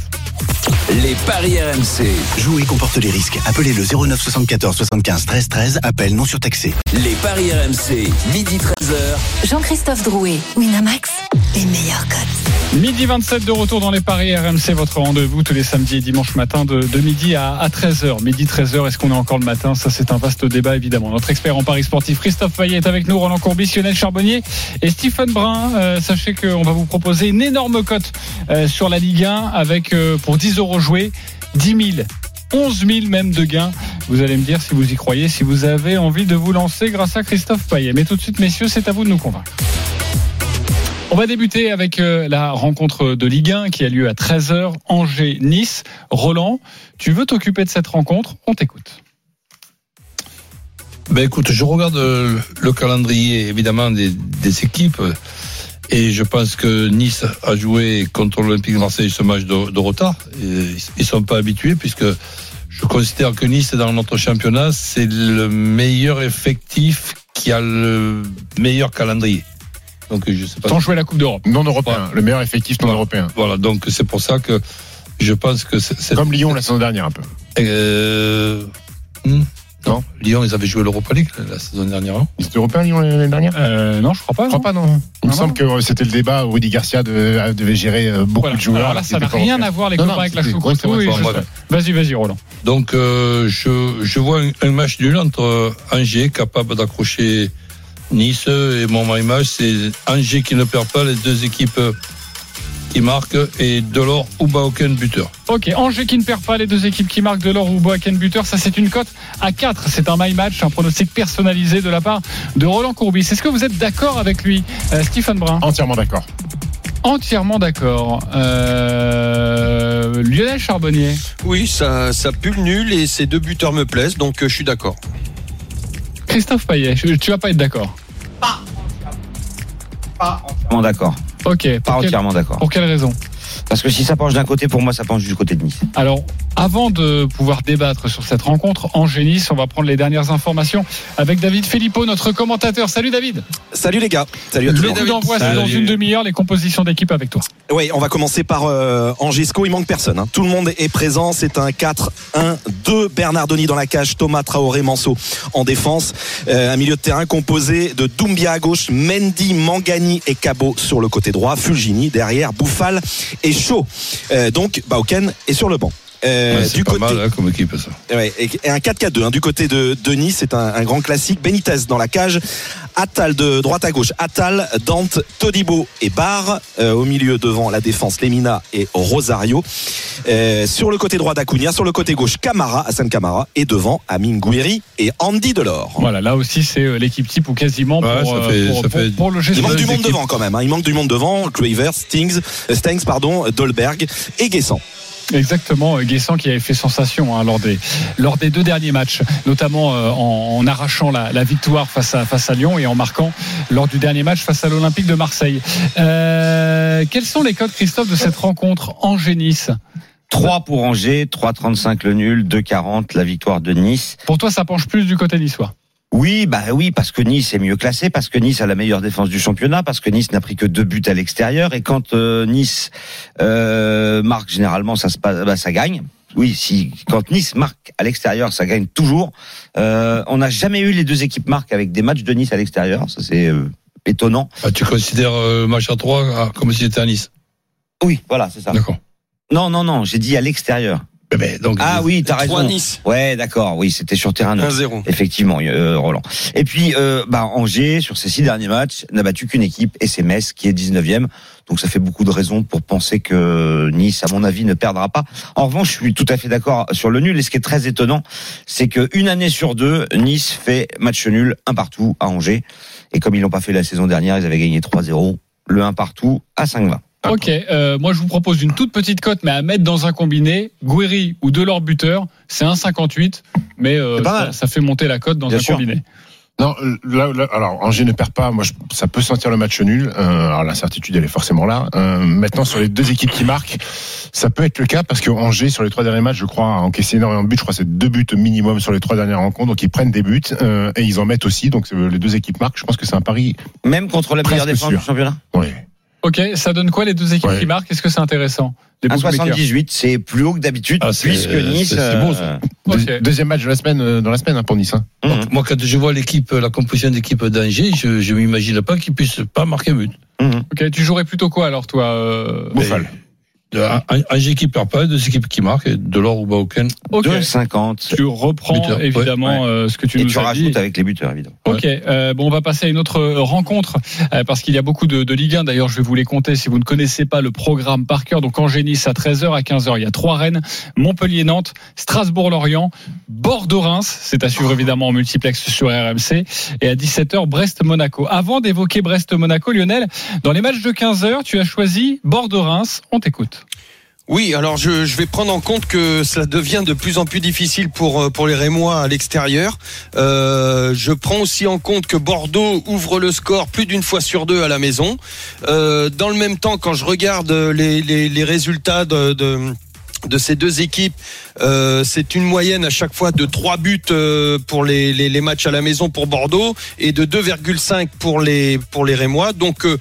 Speaker 12: Les paris RMC.
Speaker 13: Jouer comporte les risques.
Speaker 12: Appelez le 09 74 75 13 13. Appel non surtaxé.
Speaker 13: Les paris RMC, midi 13h.
Speaker 2: Jean-Christophe Drouet, Winamax, les meilleurs cotes.
Speaker 3: Midi 27 de retour dans les paris RMC, votre rendez-vous tous les samedis et dimanches matin de, de midi à, 13h. Midi 13h, est-ce qu'on est encore le matin Ça c'est un vaste débat évidemment. Notre expert en paris sportif Christophe Payet est avec nous, Roland Courbis, Lionel Charbonnier et Stephen Brun. Euh, sachez qu'on va vous proposer une énorme cote euh, sur la Ligue 1 avec euh, pour 10 euros joués, 10 000. 11 000 même de gains. Vous allez me dire si vous y croyez, si vous avez envie de vous lancer grâce à Christophe Payet. Mais tout de suite, messieurs, c'est à vous de nous convaincre. On va débuter avec euh, la rencontre de Ligue 1 qui a lieu à 13h, Angers-Nice. Roland, tu veux t'occuper de cette rencontre On t'écoute.
Speaker 6: Ben écoute, je regarde euh, le calendrier évidemment des, des équipes euh, et je pense que Nice a joué contre l'Olympique de Marseille ce match de, de retard. Et ils- ils sont pas habitués puisque je considère que Nice dans notre championnat c'est le meilleur effectif qui a le meilleur calendrier. Donc je sais pas.
Speaker 3: Sans jouer la Coupe d'Europe.
Speaker 5: Non européen. Le meilleur effectif non européen.
Speaker 6: Voilà, donc c'est pour ça que je pense que c'est- c'est
Speaker 5: Comme Lyon la saison dernière un peu.
Speaker 6: euh, Non, Lyon, ils avaient joué l'Europa League la, la saison dernière. hein. non
Speaker 5: C'était européen Lyon l'année dernière
Speaker 3: Euh, non, je crois pas.
Speaker 5: Je
Speaker 3: non.
Speaker 5: crois pas, non. Il me
Speaker 3: Non,
Speaker 5: semble que euh, c'était le débat où Rudy Garcia de- devait gérer euh, beaucoup
Speaker 3: Voilà.
Speaker 5: de joueurs.
Speaker 3: Alors là, ça
Speaker 5: C'était
Speaker 3: n'a
Speaker 5: pas
Speaker 3: rien
Speaker 5: européen.
Speaker 3: à voir les
Speaker 5: Non,
Speaker 3: copains
Speaker 5: non,
Speaker 3: avec la
Speaker 5: c'était
Speaker 3: choucroute.
Speaker 5: grosse
Speaker 3: Oui, je
Speaker 5: réforme.
Speaker 3: sais. Vas-y, vas-y, Roland.
Speaker 6: Donc euh, je, je vois un, un match nul entre euh, Angers capable d'accrocher Nice et mon my match. C'est Angers qui ne perd pas, les deux équipes euh, qui marquent et Delors ou aucun buteur.
Speaker 3: Ok, Angers qui ne perd pas les deux équipes qui marquent de l'or ou Boaken buteur, ça c'est une cote à 4. C'est un my match, un pronostic personnalisé de la part de Roland Courbis. Est-ce que vous êtes d'accord avec lui, euh, Stephen Brun
Speaker 5: Entièrement d'accord.
Speaker 3: Entièrement d'accord. Euh, Lionel Charbonnier,
Speaker 8: Oui, ça, ça pue le nul et ces deux buteurs me plaisent, donc euh, je suis d'accord.
Speaker 3: Christophe Payet, je- tu vas pas être d'accord.
Speaker 4: Entièrement d'accord.
Speaker 3: Ok,
Speaker 4: Pas
Speaker 3: pour, quelle-
Speaker 4: entièrement d'accord.
Speaker 3: pour quelle raison
Speaker 4: Parce que si ça penche d'un côté, pour moi, ça penche du côté de Nice.
Speaker 3: Alors, avant de pouvoir débattre sur cette rencontre en génisse, on va prendre les dernières informations avec David Filippo, notre commentateur. Salut David.
Speaker 13: Salut les gars. Salut à tous.
Speaker 3: Le coup d'envoi, c'est dans
Speaker 6: Salut.
Speaker 3: une demi-heure, les compositions d'équipe avec toi.
Speaker 13: Oui, on va commencer par euh, Angesco. Il manque personne. hein. Tout le monde est présent. C'est un 4-1-2. Bernardoni dans la cage, Thomas Traoré, Manso en défense. Euh, un milieu de terrain composé de Doumbia à gauche, Mendy, Mangani et Cabot sur le côté droit, Fulgini derrière, Bouffal et Chaud. Euh, donc, Bauken est sur le banc. Euh,
Speaker 6: Ouais, c'est pas mal hein, comme équipe ça.
Speaker 13: Ouais, et et un 4-4-2 hein, du côté de, de Nice, c'est un, un grand classique. Benitez dans la cage, Attal de droite à gauche, Attal, Dante, Todibo et Barre Euh, au milieu devant la défense, Lemina et Rosario. Euh, sur le côté droit d'Acuna, sur le côté gauche, Camara, Hassan Camara et devant Amine Gouiri et Andy Delors.
Speaker 3: Voilà, là aussi c'est euh, l'équipe type ou quasiment
Speaker 6: Ouais,
Speaker 3: pour,
Speaker 6: ça
Speaker 3: euh,
Speaker 6: fait-
Speaker 3: pour,
Speaker 6: ça
Speaker 3: pour-
Speaker 6: fait-
Speaker 3: pour le
Speaker 13: Il
Speaker 3: gestion
Speaker 13: manque du
Speaker 3: des
Speaker 13: monde
Speaker 3: équipes.
Speaker 13: devant quand même. hein. Il manque du monde devant. Kluivert, Stings, euh, Stengs, pardon, Dolberg et Guessant.
Speaker 3: Exactement, euh, Guessant qui avait fait sensation hein, lors, des, lors des deux derniers matchs, notamment euh, en, en arrachant la, la victoire face à, face à Lyon et en marquant lors du dernier match face à l'Olympique de Marseille. Euh, quels sont les codes, Christophe, de cette rencontre en Génisse
Speaker 4: 3 pour Angers, 3,35 le nul, 2,40 la victoire de Nice.
Speaker 3: Pour toi, ça penche plus du côté niçois.
Speaker 4: Oui, bah oui, parce que Nice est mieux classé, parce que Nice a la meilleure défense du championnat, parce que Nice n'a pris que deux buts à l'extérieur. Et quand euh, Nice euh, marque, généralement, ça se passe, bah, ça gagne. Oui, si quand Nice marque à l'extérieur, ça gagne toujours. Euh, on n'a jamais eu les deux équipes marquent avec des matchs de Nice à l'extérieur. Ça c'est euh, étonnant.
Speaker 6: Ah, tu considères euh, le match à 3 comme si c'était à Nice.
Speaker 4: Oui, voilà, c'est ça.
Speaker 6: D'accord.
Speaker 4: Non, non, non, j'ai dit à l'extérieur.
Speaker 6: Eh ben, donc,
Speaker 4: Ah oui, t'as raison.
Speaker 8: 3 Nice,
Speaker 4: Ouais, d'accord. Oui, c'était sur terrain neutre.
Speaker 8: 1-0.
Speaker 4: Effectivement, euh, Roland. Et puis, euh, bah, Angers, sur ses six derniers matchs, n'a battu qu'une équipe, et c'est Metz, qui est 19e. Donc ça fait beaucoup de raisons pour penser que Nice, à mon avis, ne perdra pas. En revanche, je suis tout à fait d'accord sur le nul. Et ce qui est très étonnant, c'est que une année sur deux, Nice fait match nul, un partout à Angers. Et comme ils l'ont pas fait la saison dernière, ils avaient gagné 3-0, le 1 partout à 5-20.
Speaker 3: Ok, euh, moi je vous propose une toute petite cote, mais à mettre dans un combiné, Guéry ou Delors buteur, c'est 1,58, mais euh,
Speaker 4: C'est pas
Speaker 3: ça,
Speaker 4: mal.
Speaker 3: ça fait monter la cote dans
Speaker 4: Bien
Speaker 3: un
Speaker 4: sûr.
Speaker 3: combiné.
Speaker 5: Non, euh, là, là- alors Angers ne perd pas. Moi, je- ça peut sentir le match nul. Euh, alors l'incertitude, elle est forcément là. Euh, maintenant, sur les deux équipes qui marquent, ça peut être le cas parce que Angers, sur les trois derniers matchs, je crois, a encaissé énormément de buts. Je crois que c'est deux buts au minimum sur les trois dernières rencontres. Donc ils prennent des buts euh, et ils en mettent aussi. Donc euh, les deux équipes marquent. Je pense que c'est un pari.
Speaker 4: Même contre la meilleure
Speaker 5: Presque
Speaker 4: défense
Speaker 5: sûr.
Speaker 4: du championnat.
Speaker 5: Oui.
Speaker 3: Ok, ça donne quoi les deux équipes
Speaker 5: Ouais.
Speaker 3: qui marquent Est-ce que c'est intéressant Les
Speaker 4: À
Speaker 3: bookmakers.
Speaker 4: 78, c'est plus haut que d'habitude,
Speaker 6: Ah, c'est-
Speaker 4: puisque
Speaker 6: c'est-
Speaker 4: Nice.
Speaker 6: c'est beau, ça.
Speaker 4: euh,
Speaker 5: Deux-
Speaker 3: Ok.
Speaker 5: Deuxième match de la semaine euh, dans la semaine hein, pour Nice. hein.
Speaker 4: mhm.
Speaker 6: moi, quand je vois l'équipe, la composition d'équipe d'Angers, je ne m'imagine pas qu'ils puissent pas marquer un but.
Speaker 4: mmh.
Speaker 3: Ok, tu jouerais plutôt quoi alors toi euh,
Speaker 4: Bah,
Speaker 5: Bouffal.
Speaker 6: De- un- un- Angers qui perd pas, deux équipes qui marquent, et Delors ou Bauken.
Speaker 3: Ok.
Speaker 4: 2,50.
Speaker 3: Tu reprends
Speaker 6: Buteur, ouais,
Speaker 3: évidemment euh, ce que tu
Speaker 4: et
Speaker 3: nous
Speaker 4: tu
Speaker 3: as dit.
Speaker 4: rajoutes avec les buteurs, évidemment.
Speaker 3: Ok, euh, bon, on va passer à une autre euh, rencontre euh, parce qu'il y a beaucoup de, de Ligue 1. D'ailleurs, je vais vous les compter si vous ne connaissez pas le programme par cœur. Donc, Angénis à 13h, à 15h, il y a trois Rennes, Montpellier-Nantes, Strasbourg-Lorient, Bordeaux-Reims. C'est à suivre évidemment en multiplex sur RMC. Et à 17h, Brest-Monaco. Avant d'évoquer Brest-Monaco, Lionel, dans les matchs de 15h, tu as choisi Bordeaux-Reims. On t'écoute.
Speaker 8: Oui, alors je, je vais prendre en compte que cela devient de plus en plus difficile pour euh, pour les Rémois à l'extérieur. Euh, je prends aussi en compte que Bordeaux ouvre le score plus d'une fois sur deux à la maison. Euh, dans le même temps, quand je regarde les, les, les résultats de, de de ces deux équipes, euh, c'est une moyenne à chaque fois de 3 buts euh, pour les, les, les matchs à la maison pour Bordeaux et de 2,5 pour les pour les Rémois. Donc euh,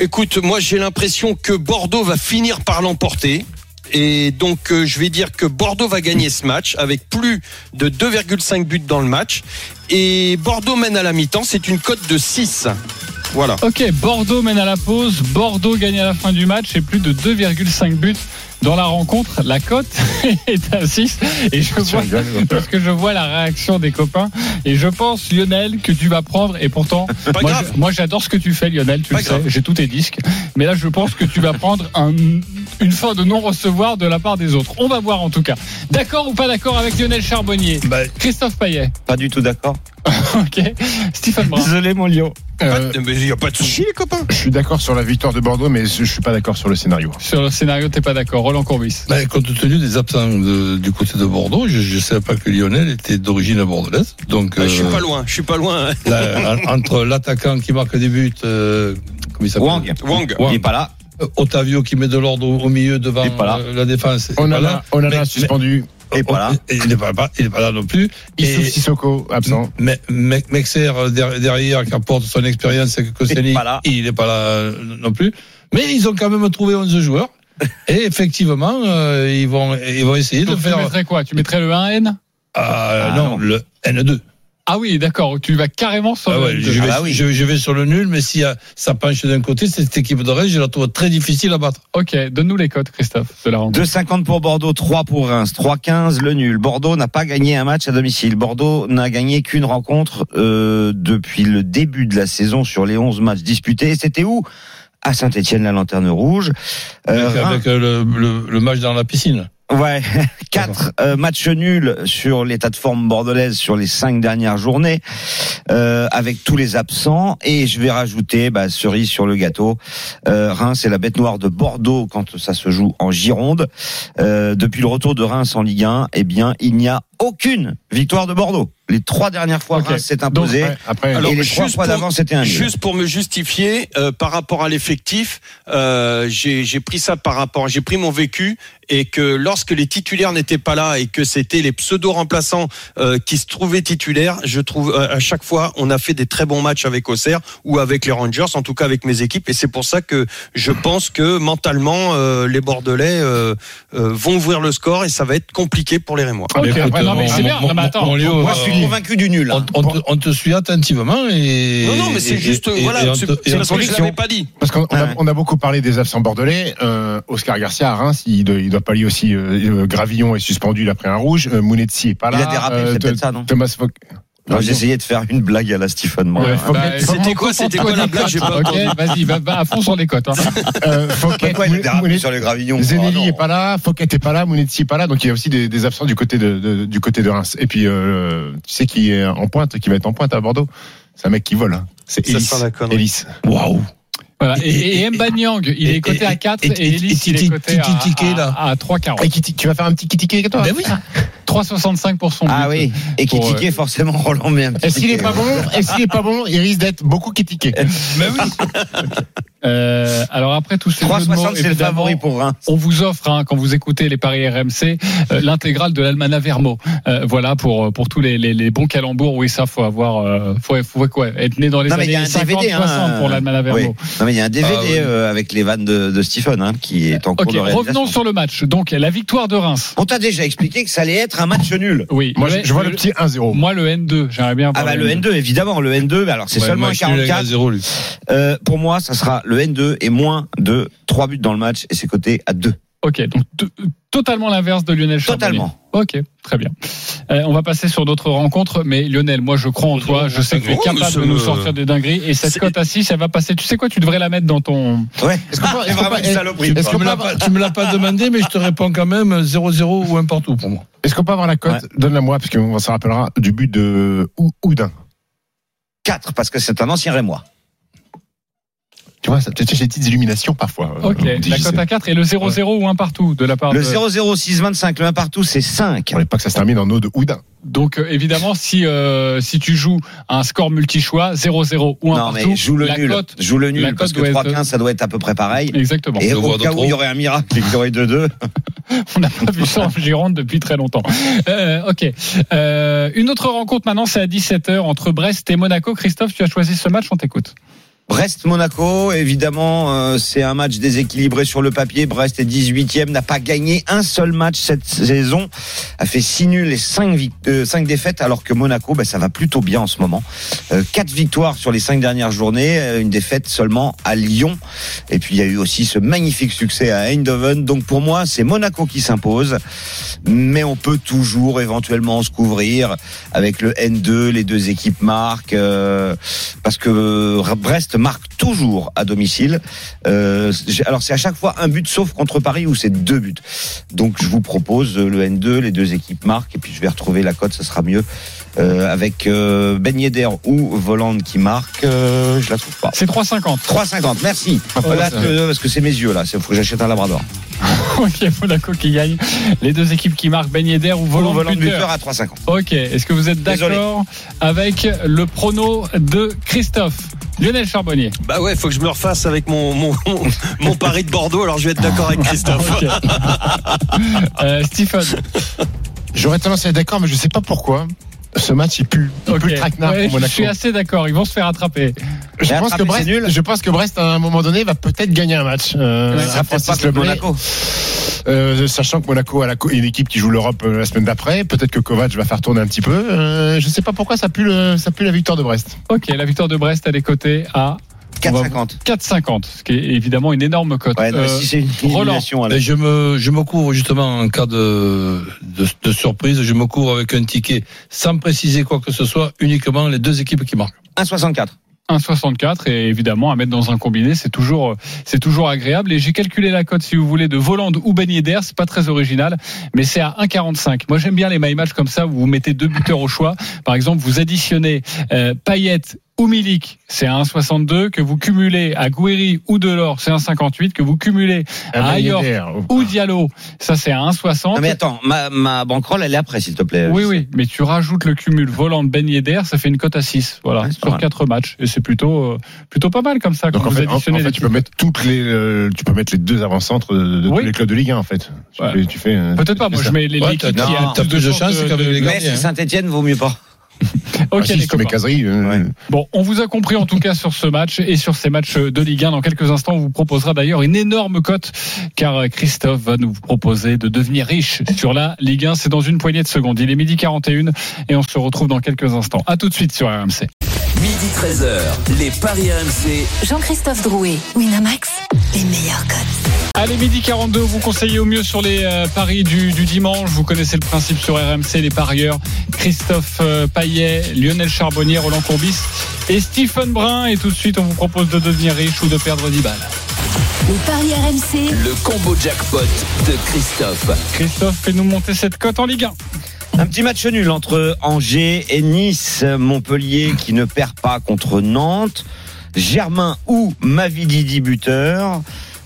Speaker 8: Écoute, moi j'ai l'impression que Bordeaux va finir par l'emporter. et donc euh, je vais dire que Bordeaux va gagner ce match avec plus de 2,5 buts dans le match. Et Bordeaux mène à la mi-temps, c'est une cote de 6. Voilà.
Speaker 3: Ok, Bordeaux mène à la pause, Bordeaux gagne à la fin du match et plus de 2,5 buts dans la rencontre. La cote est à 6 et je vois, parce que je vois la réaction des copains et je pense Lionel que tu vas prendre et pourtant
Speaker 8: Pas
Speaker 3: moi,
Speaker 8: grave.
Speaker 3: je- moi, j'adore ce que tu fais Lionel, tu
Speaker 8: Pas
Speaker 3: le sais,
Speaker 8: grave.
Speaker 3: j'ai tous tes disques, mais là je pense que tu vas prendre un- une fin de non-recevoir de la part des autres. On va voir en tout cas. D'accord ou pas d'accord avec Lionel Charbonnier
Speaker 8: Bah.
Speaker 3: Christophe Payet,
Speaker 4: Pas du tout d'accord.
Speaker 3: ok Stephen Brun.
Speaker 4: Désolé, mon Lyon.
Speaker 5: Euh,
Speaker 8: Pas de- mais il n'y a pas de souci, les copains.
Speaker 5: je suis d'accord sur la victoire de Bordeaux, mais je je suis pas d'accord sur le scénario.
Speaker 3: Sur le scénario, t'es pas d'accord. Roland Courbis.
Speaker 6: Ben, compte tenu des absents de- du côté de Bordeaux, je ne savais pas que Lionel était d'origine bordelaise. Donc,
Speaker 5: Bah,
Speaker 8: Euh, Je suis
Speaker 6: euh,
Speaker 8: pas loin, je suis pas loin. hein.
Speaker 6: là, en- entre l'attaquant qui marque des buts, euh, comment il s'appelle
Speaker 4: Wang.
Speaker 8: Wang.
Speaker 4: Il est pas là.
Speaker 6: Euh, Otavio qui met de l'ordre au, au milieu devant
Speaker 4: Il est pas là.
Speaker 6: euh, la défense.
Speaker 5: On
Speaker 6: pas
Speaker 5: a,
Speaker 6: là.
Speaker 5: on a
Speaker 6: Mais-
Speaker 5: suspendu.
Speaker 4: Il est pas là.
Speaker 6: Et Il n'est pas, pas- il est pas là non plus.
Speaker 5: Issouf
Speaker 6: Et-
Speaker 5: Sissoko, absent.
Speaker 6: Mais mais- Mexer euh, der- derrière qui apporte son expérience avec Koscielny,
Speaker 4: Il est pas là.
Speaker 6: il n'est pas là euh, non plus. Mais ils ont quand même trouvé 11 joueurs. Et effectivement, euh, ils vont ils vont essayer de
Speaker 3: Donc,
Speaker 6: faire
Speaker 3: Tu mettrais quoi Tu mettrais le 1N
Speaker 6: Ah,
Speaker 4: Ah,
Speaker 6: non,
Speaker 4: non.
Speaker 6: le N2.
Speaker 3: Ah oui, d'accord. Tu vas carrément sur
Speaker 6: Ah
Speaker 3: le
Speaker 6: ouais,
Speaker 3: N2.
Speaker 6: je, vais,
Speaker 4: Ah oui.
Speaker 6: je, je vais sur le nul, mais si euh, ça penche d'un côté, cette équipe de Rennes, je la trouve très difficile à battre.
Speaker 3: Ok, donne-nous les codes, Christophe, de la rencontre.
Speaker 4: 2,50 pour Bordeaux, 3 pour Reims, 3,15 le nul. Bordeaux n'a pas gagné un match à domicile. Bordeaux n'a gagné qu'une rencontre euh, depuis le début de la saison sur les 11 matchs disputés. Et c'était où À Saint-Etienne, la lanterne rouge. Euh,
Speaker 6: avec
Speaker 4: Reims-
Speaker 6: avec, euh, le, le- le match dans la piscine.
Speaker 4: Ouais, quatre euh, matchs nuls sur l'état de forme bordelaise sur les cinq dernières journées, euh, avec tous les absents. Et je vais rajouter bah, cerise sur le gâteau. Euh, Reims, c'est la bête noire de Bordeaux quand ça se joue en Gironde. Euh, depuis le retour de Reims en Ligue 1, eh bien, il n'y a aucune victoire de Bordeaux. Les trois dernières fois,
Speaker 3: Ok.
Speaker 4: Reims s'est
Speaker 3: Donc,
Speaker 4: imposé.
Speaker 5: Ouais, après,
Speaker 8: Alors,
Speaker 4: et les trois
Speaker 8: juste
Speaker 4: fois
Speaker 8: pour-
Speaker 4: d'avant, c'était un nul.
Speaker 8: Juste pour me justifier euh, par rapport à l'effectif, euh, j'ai j'ai pris ça par rapport, j'ai pris mon vécu et que lorsque les titulaires n'étaient pas là et que c'était les pseudo remplaçants qui se trouvaient titulaires, je trouve euh, à chaque fois on a fait des très bons matchs avec Auxerre ou avec les Rangers, en tout cas avec mes équipes et c'est pour ça que je pense que mentalement euh, les Bordelais euh, euh, vont ouvrir le score et ça va être compliqué pour les Rémois.
Speaker 5: Ok,
Speaker 6: Mais écoute,
Speaker 5: après,
Speaker 6: euh,
Speaker 3: non, mais
Speaker 6: mon-
Speaker 3: c'est bien.
Speaker 6: mon-
Speaker 3: Non, mais attends.
Speaker 6: mon Léo,
Speaker 4: Moi,
Speaker 6: euh,
Speaker 4: je suis convaincu du nul.
Speaker 5: Oh.
Speaker 6: on,
Speaker 4: hein.
Speaker 6: on te, on te suit attentivement et.
Speaker 8: non non mais c'est
Speaker 6: et-
Speaker 8: juste
Speaker 6: et- et
Speaker 8: voilà,
Speaker 6: on
Speaker 8: c'est
Speaker 6: te- et
Speaker 8: c'est
Speaker 6: on
Speaker 8: parce que je
Speaker 6: te-
Speaker 8: l'avais pas dit.
Speaker 5: Parce qu'on on a,
Speaker 4: Ah Ouais.
Speaker 5: on a beaucoup parlé des absents bordelais. Euh, Oscar Garcia à Reims, il doit, il doit pas lui aussi. euh, euh, Gravillon est suspendu, il a pris un rouge. Euh, Mounetzi est pas
Speaker 4: Il
Speaker 5: là.
Speaker 4: a dérapé,
Speaker 5: Euh,
Speaker 4: c'est
Speaker 5: Th-
Speaker 4: peut-être ça, non
Speaker 5: Thomas Fock.
Speaker 4: Non, J'essayais de faire une blague à la Stephen Brun.
Speaker 5: Ouais, Fauquet-
Speaker 3: Bah,
Speaker 8: C'était quoi, c'était quoi la blague J'ai pas
Speaker 3: Ok,
Speaker 8: entendu.
Speaker 3: vas-y, va, va à fond sur les cotes. hein.
Speaker 5: euh, Fauquet,
Speaker 4: Pourquoi il a
Speaker 5: Mounet-
Speaker 4: dérapé
Speaker 5: Mounet-
Speaker 4: sur le gravillon
Speaker 5: Zenelli
Speaker 4: Ah, non.
Speaker 5: est pas là, Fouquet est pas là, Mounetzi est pas là, donc il y a aussi des, des absents du côté de, de- du côté de Reims. Et puis euh, tu sais qui est en pointe, qui va être en pointe à Bordeaux, c'est un mec qui vole. hein. C'est
Speaker 8: Ça
Speaker 5: Ellis.
Speaker 8: sent la connerie.
Speaker 5: Ellis.
Speaker 6: Waouh!
Speaker 3: Voilà. Et, et,
Speaker 6: Et-
Speaker 3: et Mbanyang, il
Speaker 6: et-
Speaker 3: est coté à
Speaker 6: et-
Speaker 3: 4
Speaker 6: et-
Speaker 3: et Ellis,
Speaker 6: et-
Speaker 3: il est
Speaker 6: et-
Speaker 3: coté à,
Speaker 6: Titi Tiquet, là.
Speaker 3: à, à
Speaker 5: Et
Speaker 3: 3,40.
Speaker 5: qui- tu vas faire un petit ticket avec toi
Speaker 6: Ben oui!
Speaker 3: 3,65 pour son
Speaker 4: Ah
Speaker 3: but.
Speaker 4: oui, et qui
Speaker 3: Pour, euh,
Speaker 4: tiquait forcément Roland bien.
Speaker 5: Est-ce qu'il est pas bon Est-ce qu'il est pas bon Il risque d'être beaucoup critiqué.
Speaker 4: Eh ben,
Speaker 6: Ben
Speaker 3: Euh, alors après tous ces jeux de mots,
Speaker 4: 3,60 c'est le
Speaker 3: évidemment,
Speaker 4: favori pour Reims.
Speaker 3: On vous offre, hein, quand vous écoutez les paris RMC, euh, l'intégrale de l'Almana Vermo. Euh, voilà pour pour tous les, les, les bons calembours. Oui, ça faut avoir, euh, faut, faut quoi, être né dans les
Speaker 4: Non mais il y a
Speaker 3: années
Speaker 4: un
Speaker 3: 50,
Speaker 4: DVD
Speaker 3: 60
Speaker 4: hein.
Speaker 3: pour l'Almana Vermo.
Speaker 4: Oui. Non mais il y a un DVD
Speaker 6: Ah, oui.
Speaker 4: euh, avec les vannes de, de Stephen hein, qui est en cours
Speaker 3: Ok,
Speaker 4: de
Speaker 3: revenons
Speaker 4: réalisation.
Speaker 3: sur le match. Donc la victoire de Reims.
Speaker 4: On t'a déjà expliqué que ça allait être un match nul.
Speaker 3: Oui.
Speaker 5: Moi, je, je vois le petit 1-0.
Speaker 3: Moi le N2, j'aimerais bien.
Speaker 4: Ah
Speaker 3: voir
Speaker 4: bah le N2 évidemment, le N2 mais alors c'est
Speaker 6: Ouais,
Speaker 4: seulement
Speaker 6: moi,
Speaker 4: un
Speaker 6: je suis nul avec
Speaker 4: 44.
Speaker 6: 1-0, lui.
Speaker 4: Euh, pour moi, ça sera le N2 et moins de 3 buts dans le match et c'est coté à 2.
Speaker 3: Ok, donc t- totalement l'inverse de Lionel Charbonnier.
Speaker 4: Totalement.
Speaker 3: Ok, très bien. Euh, on va passer sur d'autres rencontres, mais Lionel, moi je crois en toi, je sais que tu es
Speaker 8: Oh,
Speaker 3: capable
Speaker 8: monsieur
Speaker 3: de nous
Speaker 8: le-
Speaker 3: sortir des dingueries, et cette
Speaker 8: C'est-
Speaker 3: cote à 6, elle va passer. Tu sais quoi, tu devrais la mettre dans ton...
Speaker 4: Ouais.
Speaker 5: Est-ce qu'on peut-
Speaker 4: C'est
Speaker 5: est-ce qu'on
Speaker 4: vraiment
Speaker 5: peut-
Speaker 4: une saloperie.
Speaker 5: est-ce
Speaker 6: Tu
Speaker 5: qu'on
Speaker 6: me
Speaker 5: peut
Speaker 6: l'as
Speaker 5: avoir-
Speaker 6: pas- tu me l'as pas demandé, mais je te réponds quand même 0-0 ou un partout pour moi.
Speaker 5: Est-ce qu'on peut avoir la cote Donne-la moi, parce qu'on se rappellera du but de Ou- Oudin.
Speaker 4: 4 parce que c'est un ancien Rémois.
Speaker 5: Tu vois, ça peut être des petites illuminations parfois. euh,
Speaker 3: Ok,
Speaker 5: on dit,
Speaker 3: la
Speaker 5: je sais.
Speaker 3: cote à 4 et le 0-0 ou un partout de la part
Speaker 4: Le
Speaker 3: de...
Speaker 4: 00625 le 1 partout c'est 5.
Speaker 5: On n'est pas que ça se termine en eau de Oudin.
Speaker 3: Donc euh, évidemment, si, euh, si tu joues un score multi-choix, 0-0 ou un
Speaker 4: Non
Speaker 3: partout,
Speaker 4: mais joue le
Speaker 3: la
Speaker 4: nul.
Speaker 3: cote...
Speaker 4: Joue le
Speaker 3: la
Speaker 4: nul parce que
Speaker 3: cote doit être-
Speaker 4: 3-15 ça doit être à peu près pareil.
Speaker 3: Exactement.
Speaker 4: Et
Speaker 6: Le
Speaker 4: au
Speaker 6: bois de
Speaker 4: cas où
Speaker 6: trop.
Speaker 4: il y aurait un miracle et qu'ils auraient 2-2.
Speaker 3: On n'a pas vu ça en Gironde depuis très longtemps. Euh, ok. Euh, une autre rencontre maintenant, c'est à 17h entre Brest et Monaco. Christophe, tu as choisi ce match, on t'écoute.
Speaker 4: Brest-Monaco, évidemment, euh, c'est un match déséquilibré sur le papier. Brest est 18e, n'a pas gagné un seul match cette saison, a fait 6 nuls et 5, défaites, alors que Monaco, bah, ça va plutôt bien en ce moment. 4 victoires sur les 5 dernières journées, euh, une défaite seulement à Lyon. Et puis il y a eu aussi ce magnifique succès à Eindhoven. Donc pour moi, c'est Monaco qui s'impose, mais on peut toujours éventuellement se couvrir avec le N2, les deux équipes marquent, euh, parce que Brest marque toujours à domicile. Euh, j'ai- alors c'est à chaque fois un but sauf contre Paris où c'est deux buts. Donc je vous propose le N2, les deux équipes marquent et puis je vais retrouver la cote, ça sera mieux euh, avec euh, Ben Yedder ou Voland qui marque. euh, je la trouve pas.
Speaker 3: C'est 3,50.
Speaker 4: 3,50. Merci.
Speaker 3: ouais,
Speaker 4: Là,
Speaker 3: ça
Speaker 4: euh, parce que c'est mes yeux là. Il faut que j'achète un Labrador.
Speaker 3: ok, Monaco qui gagne. Les deux équipes qui marquent Ben Yedder ou Volant,
Speaker 4: Ou Voland
Speaker 3: buteur.
Speaker 4: buteur à 3,50.
Speaker 3: Ok, est-ce que vous êtes
Speaker 4: Désolé.
Speaker 3: d'accord avec le prono de Christophe Lionel Charbonnier
Speaker 8: Bah ouais, faut que je me refasse avec mon, mon, mon, mon pari de Bordeaux, alors je vais être d'accord avec Christophe.
Speaker 3: Ok. Euh, Stephen
Speaker 5: J'aurais tendance à être d'accord, mais je sais pas pourquoi. Ce match, il pue, il
Speaker 3: Ok.
Speaker 5: pue le traquenard
Speaker 3: Ouais,
Speaker 5: pour
Speaker 3: Je
Speaker 5: Monaco.
Speaker 3: suis assez d'accord, ils vont se faire attraper.
Speaker 5: Je
Speaker 4: Et
Speaker 5: pense, que
Speaker 4: attraper,
Speaker 5: Brest,
Speaker 4: Ah, c'est nul.
Speaker 5: je pense que Brest, à un moment donné, va peut-être gagner un match. Euh,
Speaker 4: Ça sera
Speaker 5: à
Speaker 4: peut-être pas
Speaker 5: Francis
Speaker 4: contre
Speaker 5: Leblanc.
Speaker 4: Monaco.
Speaker 5: Euh, sachant que Monaco a la co- une équipe qui joue l'Europe euh, la semaine d'après, peut-être que Kovac va faire tourner un petit peu. Euh, je sais pas pourquoi ça pue, le- ça pue la victoire de Brest.
Speaker 3: Ok, la victoire de Brest, elle est cotée à
Speaker 4: 4,50.
Speaker 3: 4,50, ce qui est évidemment une énorme cote.
Speaker 4: Ouais, non,
Speaker 3: Euh,
Speaker 4: si c'est une
Speaker 3: Roland.
Speaker 4: élimination, alors.
Speaker 6: Mais je me, je me couvre justement en cas de, de, de surprise, je me couvre avec un ticket sans préciser quoi que ce soit, uniquement les deux équipes qui marquent.
Speaker 4: 1,64.
Speaker 3: 1,64 et évidemment à mettre dans un combiné, c'est toujours c'est toujours agréable. Et j'ai calculé la cote si vous voulez de Volande ou Ben Yedder, c'est pas très original, mais c'est à 1,45. Moi j'aime bien les my match comme ça où vous mettez deux buteurs au choix. Par exemple, vous additionnez euh, Payet ou Milik, c'est à 1,62 que vous cumulez à Guiri ou Delors, c'est à 1,58 que vous cumulez à
Speaker 5: Ah,
Speaker 3: Ayor
Speaker 5: Yedder, oh.
Speaker 3: ou Diallo, ça c'est à
Speaker 4: Non mais
Speaker 3: 1,60.
Speaker 4: attends, ma, ma banquerolle elle est après s'il te plaît.
Speaker 3: Oui, oui, mais tu rajoutes le cumul Volande Ben Yedder, ça fait une cote à 6, voilà,
Speaker 4: Ouais, c'est pas
Speaker 3: sur
Speaker 4: mal.
Speaker 3: 4 matchs. Et c'est plutôt, euh, plutôt pas mal comme ça
Speaker 5: Donc
Speaker 3: quand
Speaker 5: en
Speaker 3: vous
Speaker 5: fait, en- en
Speaker 3: additionnez
Speaker 5: fait,
Speaker 3: les
Speaker 5: tu peux mettre toutes les, euh, tu peux mettre les deux avant-centres de, de
Speaker 3: Oui.
Speaker 5: tous les clubs de Ligue 1 en fait. Tu
Speaker 3: Ouais.
Speaker 5: fais- tu fais, euh,
Speaker 3: Peut-être pas,
Speaker 5: tu
Speaker 3: moi
Speaker 5: fais
Speaker 3: je
Speaker 5: ça.
Speaker 3: mets les
Speaker 6: Ouais,
Speaker 3: l'équipe
Speaker 4: t'as-
Speaker 3: qui a
Speaker 4: t'as
Speaker 3: plus de chances
Speaker 6: qu'avec
Speaker 3: de-
Speaker 6: les
Speaker 3: de-
Speaker 6: gars.
Speaker 4: Metz et Saint-Etienne vaut mieux pas.
Speaker 3: Ok,
Speaker 5: Ah, si,
Speaker 3: les
Speaker 5: si tu mets
Speaker 3: copains.
Speaker 5: Casery, euh,
Speaker 4: Ouais.
Speaker 3: Bon, on vous a compris en tout cas sur ce match et sur ces matchs de Ligue 1. Dans quelques instants, on vous proposera d'ailleurs une énorme cote car euh, Christophe va nous proposer de devenir riche sur la Ligue 1. C'est dans une poignée de secondes. Il est midi 41 et on se retrouve dans quelques instants. À tout de suite sur RMC.
Speaker 14: Midi 13h, les paris RMC.
Speaker 2: Jean-Christophe Drouet, Winamax, les meilleurs cotes.
Speaker 3: Allez, midi 42, vous conseillez au mieux sur les euh, paris du, du dimanche. Vous connaissez le principe sur RMC, les parieurs. Christophe euh, Payet, Lionel Charbonnier, Roland Courbis et Stephen Brun. Et tout de suite, on vous propose de devenir riche ou de perdre 10 balles.
Speaker 2: Les paris RMC,
Speaker 14: Le combo jackpot de Christophe.
Speaker 3: Christophe, fais-nous monter cette cote en Ligue 1.
Speaker 4: Un petit match nul entre Angers et Nice, Montpellier qui ne perd pas contre Nantes, Germain ou Mavididi buteur.